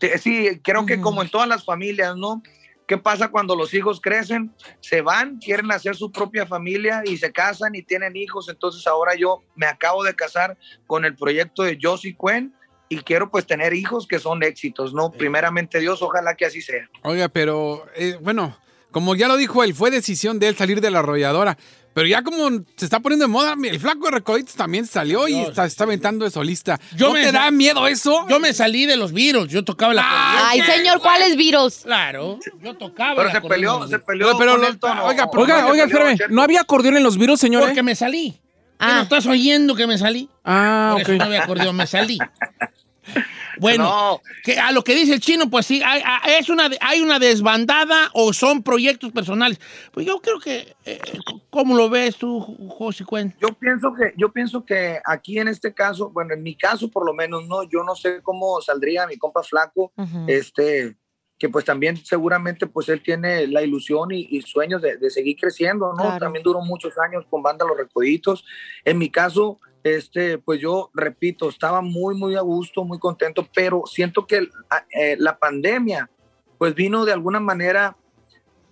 te- sí, creo que como Mm. en todas las familias, ¿no? ¿Qué pasa cuando los hijos crecen? Se van, quieren hacer su propia familia y se casan y tienen hijos. Entonces ahora yo me acabo de casar con el proyecto de Josie Cuen y quiero pues tener hijos que son éxitos, ¿no? Primeramente Dios, ojalá que así sea. Oiga, pero eh, bueno, como ya lo dijo él, fue decisión de él salir de la arrolladora. Pero ya como se está poniendo de moda, el flaco de Recoditos también salió y está, está aventando de solista. ¿No te da miedo eso? Yo me salí de los virus, yo tocaba la Ay, señor, ¿cuál es virus? Claro, yo tocaba. Pero la se corriente. peleó, se peleó. con él, tono. oiga, oiga, espérame. ¿No había acordeón en los virus, señores? Porque me salí. Ah. ¿Que ¿No estás oyendo que me salí? Ah, Por eso ok. no había acordeón, me salí. Bueno, que a lo que dice el chino, pues sí, hay, a- es una, de- hay una desbandada o son proyectos personales. Pues yo creo que, eh, ¿cómo lo ves tú, José Cuen? Yo pienso que, yo pienso que aquí en este caso, bueno, en mi caso por lo menos, no, yo no sé cómo saldría mi compa flaco, Ujú. este, que pues también seguramente pues él tiene la ilusión y, y sueños de, de seguir creciendo, ¿no? Claro. También duró muchos años con banda Los Recoditos. En mi caso, este, pues yo repito, estaba muy, muy a gusto, muy contento, pero siento que el- a- eh, la pandemia pues vino de alguna manera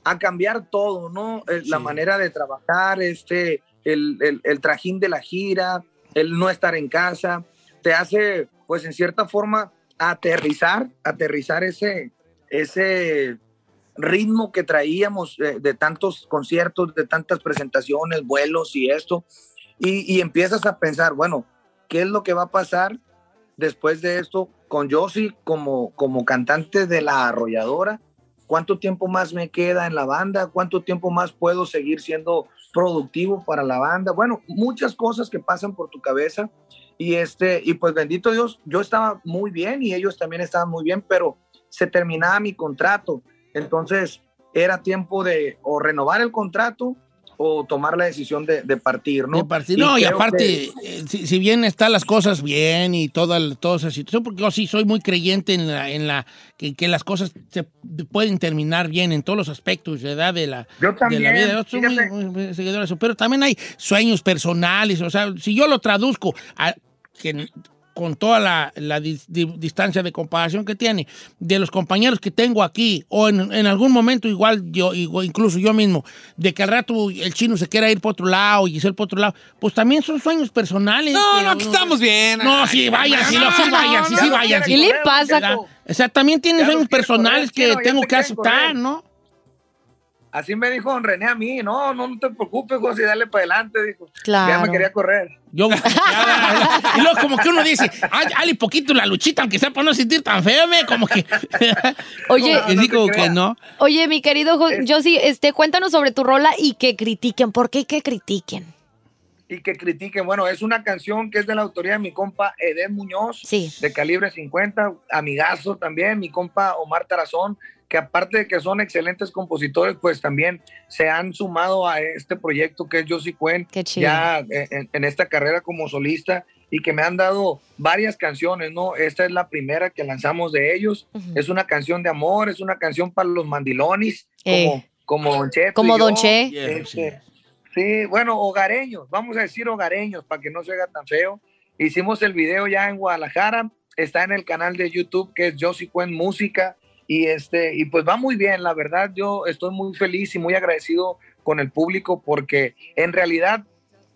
a cambiar todo, ¿no? Eh, La manera de trabajar, este, el, el- el trajín de la gira, el no estar en casa, te hace, pues en cierta forma, aterrizar, aterrizar ese, ese ritmo que traíamos eh, de tantos conciertos, de tantas presentaciones, vuelos y esto, y, y empiezas a pensar, bueno, ¿qué es lo que va a pasar después de esto con Josie como, como cantante de la arrolladora? ¿Cuánto tiempo más me queda en la banda? ¿Cuánto tiempo más puedo seguir siendo productivo para la banda? Bueno, muchas cosas que pasan por tu cabeza y este y pues bendito Dios, yo estaba muy bien y ellos también estaban muy bien, pero se terminaba mi contrato. Entonces era tiempo de o renovar el contrato o tomar la decisión de, de partir, ¿no? De partir. No, y, creo aparte, que- eh, si, si bien están las cosas bien y toda, el- toda esa situación, porque yo sí soy muy creyente en la, en la que, que las cosas se pueden terminar bien en todos los aspectos, ¿verdad? De la, Yo también, de la vida. Yo soy muy- muy, muy seguidor de eso. Pero también hay sueños personales. O sea, si yo lo traduzco a- que- con toda la, la dis- di- distancia de comparación que tiene, de los compañeros que tengo aquí, o en, en algún momento igual yo, igual- incluso yo mismo, de que al rato el chino se quiera ir por otro lado y Giselle por otro lado, pues también son sueños personales. No, que no, aquí uno- estamos bien. No, sí, vayan, sí, no, sí, vayan, sí, sí, vayan. sí. ¿Verdad? O sea, también tienen Ya lo sueños quieren personales correr, chino, que ya tengo te que quieren aceptar, correr. ¿no? Así me dijo don René a mí, no, no, no te preocupes, José, dale para adelante, dijo. Ya Claro. me quería correr. Yo, y luego como que uno dice, "Ay, hale poquito la luchita, aunque sea para no sentir tan feo, me", como que... Oye. Como que sí, como que no. Oye, mi querido Jo- Josie, este, cuéntanos sobre tu rola y que critiquen. ¿Por qué que critiquen? y que critiquen. Bueno, es una canción que es de la autoría de mi compa Edén Muñoz, de calibre 50, amigazo también, mi compa Omar Tarazón, que aparte de que son excelentes compositores, pues también se han sumado a este proyecto que es Josie Cuen, chido. ya eh, en, en esta carrera como solista y que me han dado varias canciones, ¿no? Esta es la primera que lanzamos de ellos, es una canción de amor, es una canción para los mandilones, como, Eh. como Don Cheto Como y Don yo, Che. este, Sí, bueno, hogareños, vamos a decir hogareños para que no se haga tan feo. Hicimos el video ya en Guadalajara, está en el canal de YouTube que es Josie Cuen Música y este y pues va muy bien, la verdad yo estoy muy feliz y muy agradecido con el público porque en realidad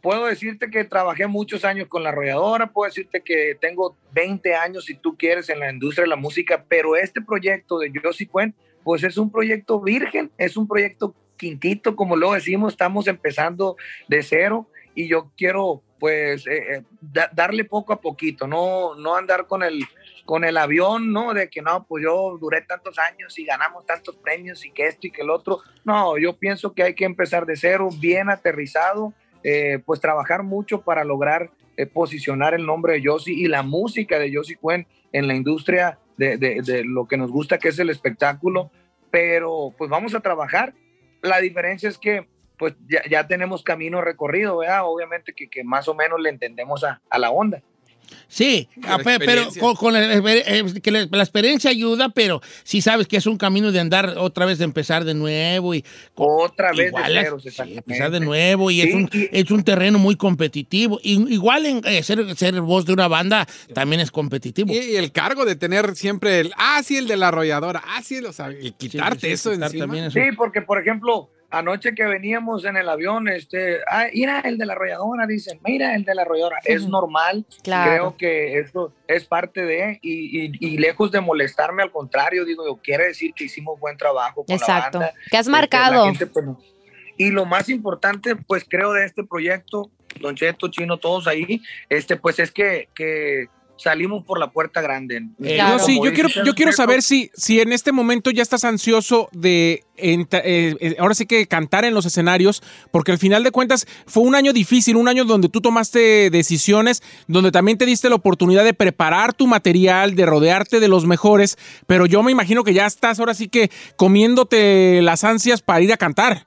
puedo decirte que trabajé muchos años con la arrolladora, puedo decirte que tengo 20 años, si tú quieres, en la industria de la música, pero este proyecto de Josie Cuen, pues es un proyecto virgen, es un proyecto quintito, como lo decimos, estamos empezando de cero y yo quiero pues eh, eh, da- darle poco a poquito, no, no andar con el, con el avión, ¿no? De que no, pues yo duré tantos años y ganamos tantos premios y que esto y que el otro. No, yo pienso que hay que empezar de cero, bien aterrizado, eh, pues trabajar mucho para lograr eh, posicionar el nombre de Yossi y la música de Yossi Cuen en la industria de, de- de lo que nos gusta, que es el espectáculo. Pero pues vamos a trabajar. La diferencia es que pues ya, ya tenemos camino recorrido, ¿verdad? Obviamente que, que más o menos le entendemos a- a la onda. Sí, la ah, pe- pero experiencia. con, con la, exper- eh, que la- la experiencia ayuda, pero sí sabes que es un camino de andar otra vez, de empezar de nuevo y otra vez de ceros, empezar de nuevo y es, Sí, un, es un terreno muy competitivo. Y- igual en, eh, ser, ser voz de una banda también es competitivo. Y, y el cargo de tener siempre el, ah, sí, el de la arrolladora, ah, sí, el- o sea, el quitarte sí, eso quitar encima. también Sí, porque por ejemplo, anoche que veníamos en el avión, este, ah, mira el de la arrolladora, dicen, mira el de la arrolladora, es normal, Claro. creo que esto es parte de, y, y- y lejos de molestarme, al contrario, digo, yo, quiere decir que hicimos buen trabajo con Exacto. la banda. Que has este, la marcado. gente, pues, no. y lo más importante, pues creo de este proyecto, Don Cheto, Chino, todos ahí, este, pues es que, que salimos por la puerta grande. Yo sí, Como yo quiero, dice yo quiero Don Cheto, saber si, si en este momento ya estás ansioso de enta- eh, eh, ahora sí que cantar en los escenarios, porque al final de cuentas fue un año difícil, un año donde tú tomaste decisiones, donde también te diste la oportunidad de preparar tu material, de rodearte de los mejores, pero yo me imagino que ya estás ahora sí que comiéndote las ansias para ir a cantar.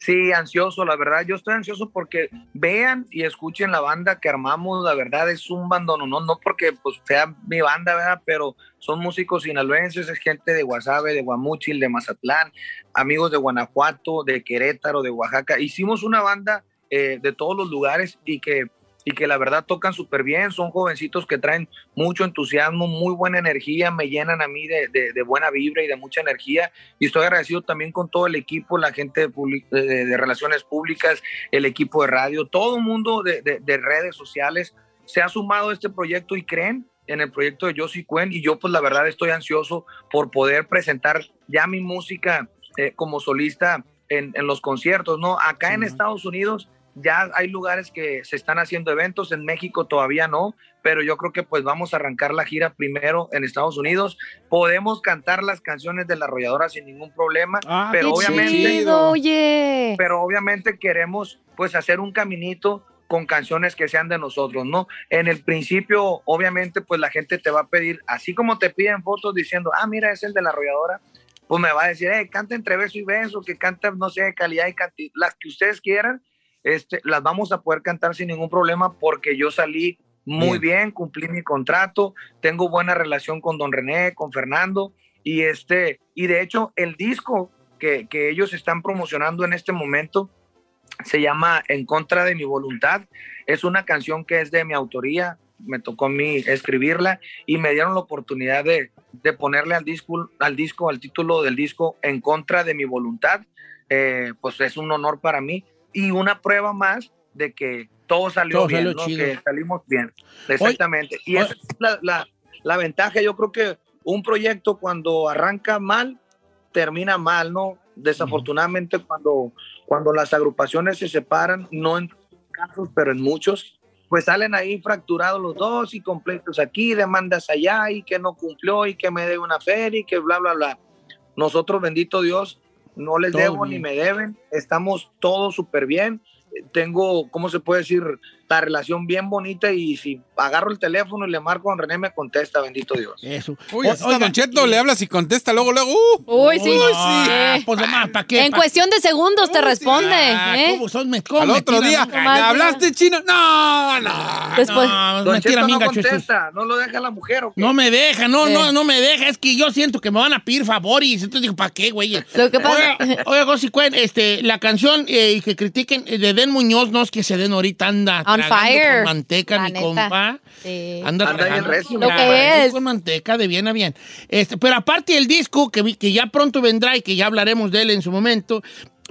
Sí, ansioso, la verdad. Yo estoy ansioso porque vean y escuchen la banda que armamos. La verdad es un bandón, no, no porque pues, sea mi banda, ¿verdad? Pero son músicos sinaloenses, es gente de Guasave, de Guamúchil, de Mazatlán, amigos de Guanajuato, de Querétaro, de Oaxaca. Hicimos una banda eh, de todos los lugares y que y que la verdad tocan súper bien, son jovencitos que traen mucho entusiasmo, muy buena energía, me llenan a mí de, de- de buena vibra y de mucha energía. Y estoy agradecido también con todo el equipo, la gente de, publi- de- de relaciones públicas, el equipo de radio, todo el mundo de, de- de redes sociales se ha sumado a este proyecto y creen en el proyecto de Yo Soy Cuen y yo pues la verdad estoy ansioso por poder presentar ya mi música eh, como solista en, en los conciertos, ¿no? Acá en Estados Unidos ya hay lugares que se están haciendo eventos, en México todavía no, pero yo creo que pues vamos a arrancar la gira primero en Estados Unidos. Podemos cantar las canciones de la arrolladora sin ningún problema, pero Ah, qué obviamente chido, oye. pero obviamente queremos pues hacer un caminito con canciones que sean de nosotros, ¿no? En el principio, obviamente, pues la gente te va a pedir, así como te piden fotos diciendo, ah, mira, es el de la arrolladora, pues me va a decir, eh, canta entre beso y beso, que canta, no sé, calidad y cantidad, las que ustedes quieran, este, las vamos a poder cantar sin ningún problema porque yo salí muy bien, cumplí mi contrato, tengo buena relación con Don René, con Fernando, y este, y de hecho, el disco que, que ellos están promocionando en este momento, se llama En contra de mi voluntad. Es una canción que es de mi autoría, me tocó a mí escribirla y me dieron la oportunidad de, de ponerle al disco, al disco, al título del disco En contra de mi voluntad. Eh, pues es un honor para mí y una prueba más de que todo salió Todo bien, salió ¿no? chido. que salimos bien. Exactamente. y esa es la, la- la ventaja, yo creo que un proyecto cuando arranca mal, termina mal, ¿no? Desafortunadamente cuando, cuando las agrupaciones se separan, no en casos, pero en muchos, pues salen ahí fracturados los dos y completos aquí, demandas allá y que no cumplió y que me debe una feria y que bla, bla, bla. Nosotros, bendito Dios, no les Todo debo bien. ni me deben, estamos todos súper bien. Eh, Tengo, ¿cómo se puede decir? La relación bien bonita y si agarro el teléfono y le marco a don René, me contesta, bendito Dios. Eso. Uy, así está Don Cheto, le hablas y contesta luego, luego. ¡Uh! Uy, Pues sí. Eh, Ah, pues nomás, ¿para qué? En ¿Pa' cuestión de segundos te responde. Ah, ¿eh? ¿cómo son? Me Al otro día, ¿le hablaste chino? ¡No, no! Después- No, Don mentira, Cheto no minga, chustos. contesta, no lo deja la mujer. ¿o qué? No me deja, no, Eh. no, no me deja. Es que yo siento que me van a pedir favores. Entonces digo, ¿para qué, güey? Lo que pasa- Oiga, oiga, Gossi Cuen, este, la canción eh, y que critiquen eh, de Den Muñoz, no es que se den ahorita, anda On tragando fire. con manteca, La mi neta. compa. Sí. Anda, Anda bien tragando recio, la Lo que manteca es. con manteca de bien a bien. Este, pero aparte el disco, que, vi- que ya pronto vendrá y que ya hablaremos de él en su momento,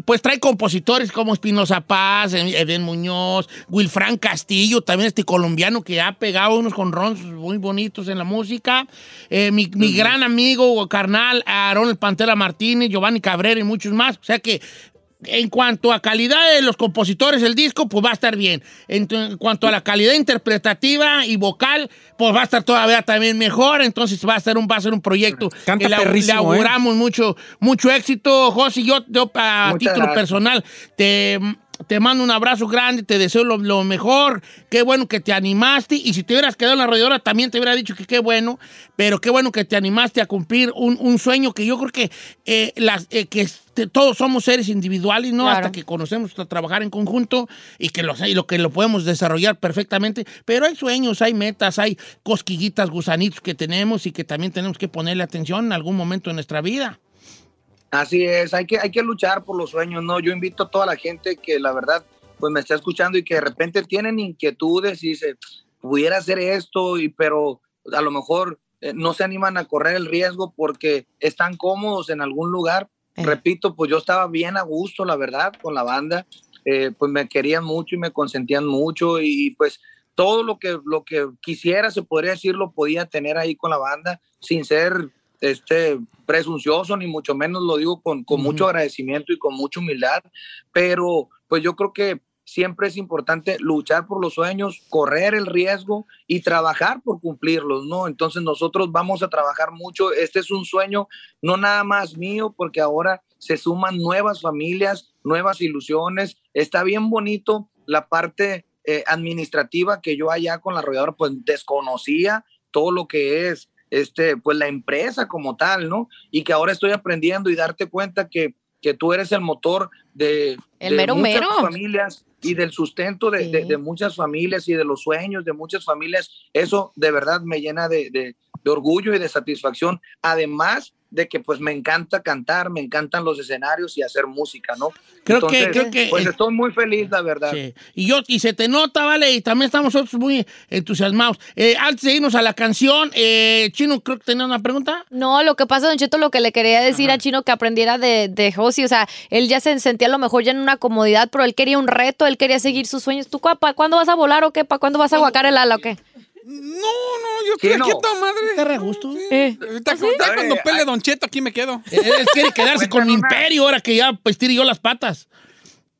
pues trae compositores como Espinoza Paz, Eden Muñoz, Wilfran Castillo, también este colombiano que ha pegado unos conrons muy bonitos en la música. Eh, mi mi gran amigo o carnal, Aarón el Pantera Martínez, Giovanni Cabrera y muchos más. O sea que en cuanto a calidad de los compositores del disco, pues va a estar bien. En, tu- en cuanto a la calidad interpretativa y vocal, pues va a estar todavía también mejor. Entonces va a ser un, va a ser un proyecto Canta que le, au- le perrísimo, ¿eh? auguramos mucho, mucho éxito. José, yo, yo a Muchas título gracias. personal te, te mando un abrazo grande, te deseo lo, lo mejor. Qué bueno que te animaste. Y si te hubieras quedado en la rodeadora, también te hubiera dicho que qué bueno. Pero qué bueno que te animaste a cumplir un, un sueño que yo creo que, eh, las, eh, que este, todos somos seres individuales, ¿no? Claro. Hasta que conocemos tra- trabajar en conjunto y que, los, y lo, que lo podemos desarrollar perfectamente. Pero hay sueños, hay metas, hay cosquillitas, gusanitos que tenemos y que también tenemos que ponerle atención en algún momento de nuestra vida. Así es, hay que, hay que luchar por los sueños, ¿no? Yo invito a toda la gente que la verdad, pues me está escuchando y que de repente tienen inquietudes y dice, pudiera hacer esto, y, pero a lo mejor eh, no se animan a correr el riesgo porque están cómodos en algún lugar. Repito, pues yo estaba bien a gusto, la verdad, con la banda, Eh, pues me querían mucho y me consentían mucho y, y, pues todo lo que, lo que quisiera, se podría decir, lo podía tener ahí con la banda sin ser este, presuncioso, ni mucho menos lo digo con, con mucho agradecimiento y con mucha humildad, pero pues yo creo que siempre es importante luchar por los sueños, correr el riesgo y trabajar por cumplirlos, ¿no? Entonces nosotros vamos a trabajar mucho, este es un sueño no nada más mío, porque ahora se suman nuevas familias, nuevas ilusiones, está bien bonito la parte eh, administrativa que yo allá con la arrolladora pues desconocía todo lo que es este pues la empresa como tal, ¿no? Y que ahora estoy aprendiendo y darte cuenta que, que tú eres el motor de, El de mero muchas mero. familias y del sustento de, de- de muchas familias y de los sueños de muchas familias. Eso de verdad me llena de, de- de orgullo y de satisfacción. Además de que pues me encanta cantar, me encantan los escenarios y hacer música, ¿no? Creo que- creo que- pues estoy muy feliz, la verdad. Sí. Y yo, y se te nota, vale, y también estamos nosotros muy entusiasmados. Eh, antes de irnos a la canción, eh, Chino, creo que tenía una pregunta. No, lo que pasa, Don Cheto, lo que le quería decir a Chino que aprendiera de, de Josi, o sea, él ya se sentía a lo mejor ya en una comodidad, pero él quería un reto, él quería seguir sus sueños. ¿Tú cua- pa' cuándo vas a volar o qué? ¿Para cuándo vas a aguacar el ala o qué? No, no, yo estoy aquí a toda madre. Está re gusto. Eh. ¿Ah, Ahorita ahorita cuando pele Don Cheto, aquí me quedo. Él quiere quedarse con mi imperio ahora que ya pues tire yo las patas.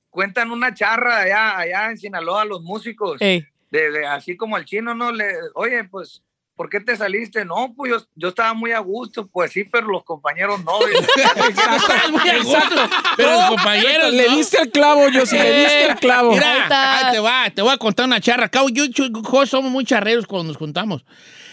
Cuentan una charra allá, allá en Sinaloa los músicos. De- de- así como el chino, ¿no? Le, Oye, pues, ¿por qué te saliste? No, pues yo, yo estaba muy a gusto, pues sí, pero los compañeros no. Muy a gusto, Pero los compañeros. Le diste el clavo, yo sí, le diste el "Oh". clavo. Eh. Mira, ahí te va, te voy a contar una charra. Cabo, yo y Chuy somos muy charreros cuando nos juntamos.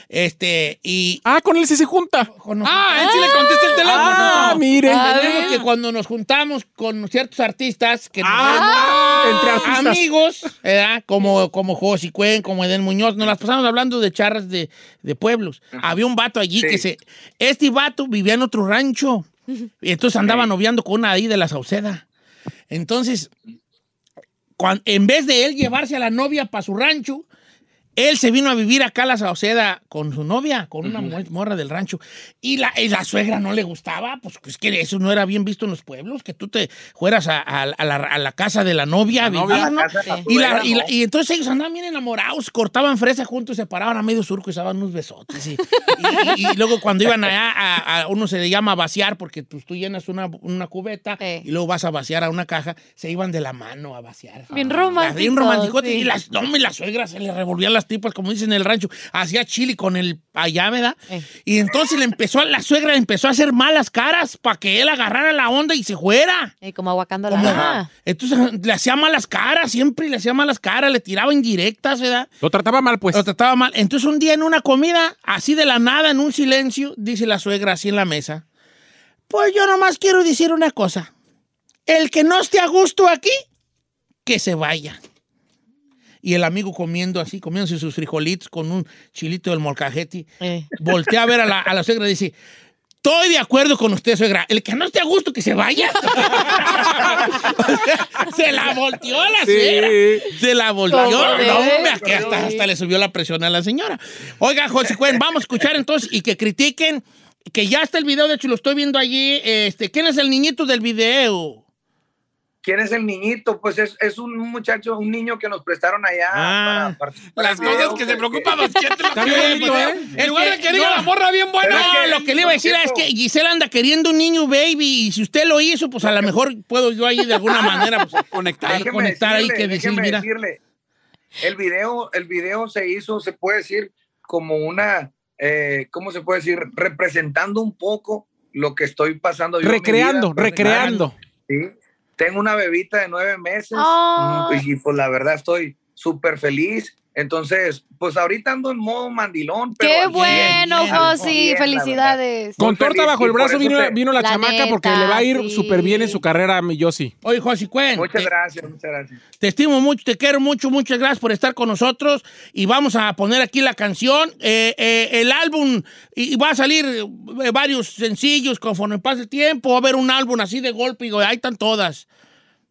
Este, y. Ah, con él sí se junta. Ah, él sí le contesta el teléfono. Ah, mire. Tenemos que cuando nos juntamos con ciertos artistas que nos Ah, eran entre artistas. amigos, ¿verdad? como, como José Cuen, como Edén Muñoz, nos las pasamos hablando de charras de, de pueblos. Había un vato allí que se. Este vato vivía en otro rancho. Y entonces andaba noviando con una ahí de la Sauceda. Entonces, cuan- en vez de él llevarse a la novia para su rancho, él se vino a vivir acá a la Sauceda con su novia, con una mu- morra del rancho. Y la, y la suegra no le gustaba, pues es que eso no era bien visto en los pueblos, que tú te fueras a, a- a la, a la casa de la novia. a vivir, novia. Ah, ¿no? A la casa de la y, la- suegra, y la- ¿no? y entonces ellos andaban bien enamorados, cortaban fresa juntos, se paraban a medio surco y se daban unos besotes. Y, y- y- y luego cuando iban allá, a, a- uno se le llama vaciar, porque pues, tú llenas una, una cubeta y luego vas a vaciar a una caja, se iban de la mano a vaciar. Bien romántico. romántico. Bien romanticote. sí. Y las, no, hombre, la suegra se le revolvían las tripas, como dicen en el rancho. Hacía chili con el allá, ¿verdad? Y entonces le empezó, a- la suegra empezó a hacer malas caras para que él agarrara la onda y se fuera. Eh, como aguacando Como- la Ah, Entonces le hacía malas caras, siempre le hacía malas caras, le tiraba indirectas, ¿verdad? Lo trataba mal, pues. Lo trataba mal. Entonces un día en una comida, así de la nada, en un silencio, dice la suegra así en la mesa. Pues yo nomás quiero decir una cosa. El que no esté a gusto aquí, que se vaya. Y el amigo comiendo así, comiéndose sus frijolitos con un chilito del molcajete, Eh. voltea a ver a la, a la suegra y dice, estoy de acuerdo con usted, suegra. El que no esté a gusto, que se vaya. Se la volteó la Sí. suegra. Se la volteó. Como No, debe hombre, de que hasta, hasta le subió la presión a la señora. Oiga, José Cuen, vamos a escuchar entonces y que critiquen, que ya está el video, de hecho lo estoy viendo allí. Este, ¿Quién es el niñito del video? ¿Quién es el niñito? Pues es, es un muchacho, un niño que nos prestaron allá. Ah, las cosas que se preocupa Don Cheto, lo que ve en el ¿eh? video. En lugar de que diga la morra bien buena. No, Es que- lo que le iba a Don decir es Cheto. que Gisela anda queriendo un niño baby y si usted lo hizo, pues a lo mejor puedo yo ahí de alguna manera pues, Déjeme conectar, conectar ahí decirle, que decir, déjeme mira. decirle. El video, el video se hizo, se puede decir, como una, eh, ¿cómo se puede decir? Representando un poco lo que estoy pasando. yo en mi Recreando, vida. pues, recreando. Sí. Tengo una bebita de nueve meses Ah. y pues la verdad estoy súper feliz. Entonces, pues ahorita ando en modo mandilón. Pero ¡Qué al cien, bueno, al Josi! cien, la ¡Felicidades! Con Estoy torta feliz bajo y el por brazo eso vino, te- vino la, La chamaca neta, porque le va a ir sí. súper bien en su carrera a mi Yossi. Oye, José Cuen. Muchas te- gracias, muchas gracias. Te estimo mucho, te quiero mucho, muchas gracias por estar con nosotros y vamos a poner aquí la canción, eh, eh, el álbum y, y va a salir eh, varios sencillos conforme pase el tiempo, va a haber un álbum así de golpe y digo, ahí están todas.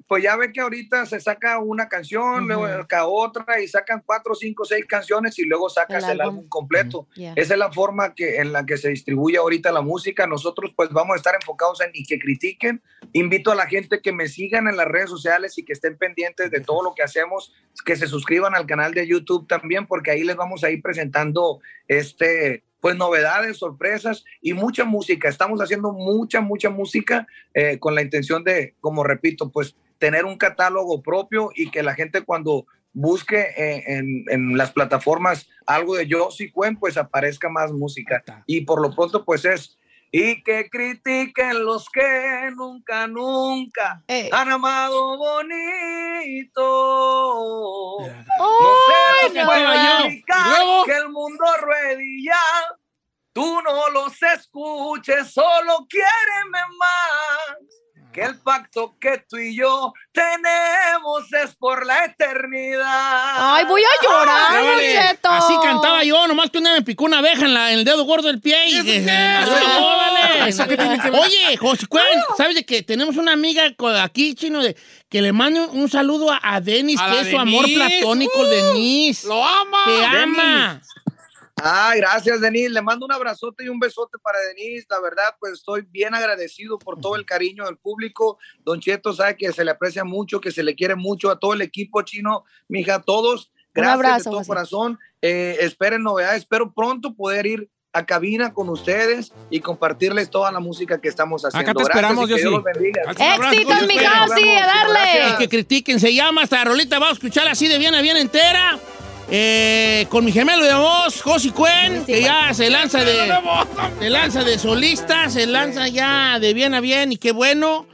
pues ya ve que ahorita se saca una canción, luego saca otra y sacan cuatro, cinco, seis canciones y luego sacas El el, álbum. álbum, completo. Yeah. Esa es la forma que, en la que se distribuye ahorita la música. Nosotros pues vamos a estar enfocados en y que critiquen. Invito a la gente que me sigan en las redes sociales y que estén pendientes de todo lo que hacemos, que se suscriban al canal de YouTube también porque ahí les vamos a ir presentando este pues novedades, sorpresas y mucha música. Estamos haciendo mucha, mucha música eh, con la intención de, como repito, pues tener un catálogo propio y que la gente cuando busque eh, en, en las plataformas algo de Josie Cuen, pues aparezca más música. Y por lo pronto, pues es. Y que critiquen los que nunca, nunca Eh, han amado bonito. ¡Ay, No se no! les puede ¿Y explicar luego? que el mundo ruedilla. Tú no los escuches, solo quiéreme más. Que el pacto que tú y yo tenemos es por la eternidad. ¡Ay, voy a llorar, Órale, Don Cheto! Así cantaba yo, nomás que una me picó una abeja en, la- en el dedo gordo del pie y que- No, vale. ¿Eso qué tiene que ver? Oye, José Cuen, ¿sabes de que tenemos una amiga co- aquí, chino, de, que le mande un, un saludo a, a Denis, A que la es su amor Denise. platónico, Uh, Denis? ¡Lo ama! ¡Te ama! Ah, gracias, Denise. Le mando un abrazote y un besote para Denise. La verdad, pues estoy bien agradecido por todo el cariño del público. Don Cheto sabe que se le aprecia mucho, que se le quiere mucho a todo el equipo chino, mija, a todos. Gracias abrazo, de todo José. corazón. Eh, esperen novedades. Espero pronto poder ir a cabina con ustedes y compartirles toda la música que estamos haciendo. te esperamos, y que Dios Yossi. los bendiga. ¡Éxitos, mi Josy, a darle! Y que critiquen, se llama esta rolita, vamos a escucharla así de bien a bien entera. Eh, con mi gemelo de voz, Josi Cuen, que ya se lanza de, se lanza de solista, se lanza ya de bien a bien y qué bueno.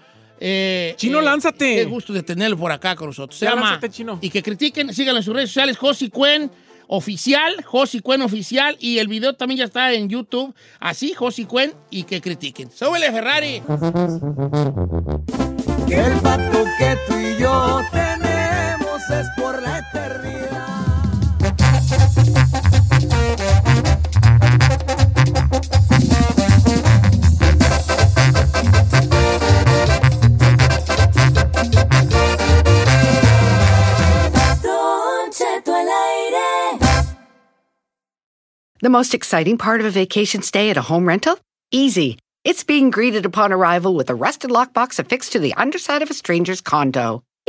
Chino, lánzate. Qué gusto de tenerlo por acá con nosotros. Se Ya llama lánzate, Y que critiquen, síganlo en sus redes sociales, Josi Cuen oficial, Josi Cuen oficial y el video también ya está en YouTube, así Josi Cuen y que critiquen. Súbele Ferrari. El pacto que tú y yo tenemos es por la eternidad. Don Cheto al aire. The most exciting part of a vacation stay at a home rental? Easy. It's being greeted upon arrival with a rusted lockbox affixed to the underside of a stranger's condo.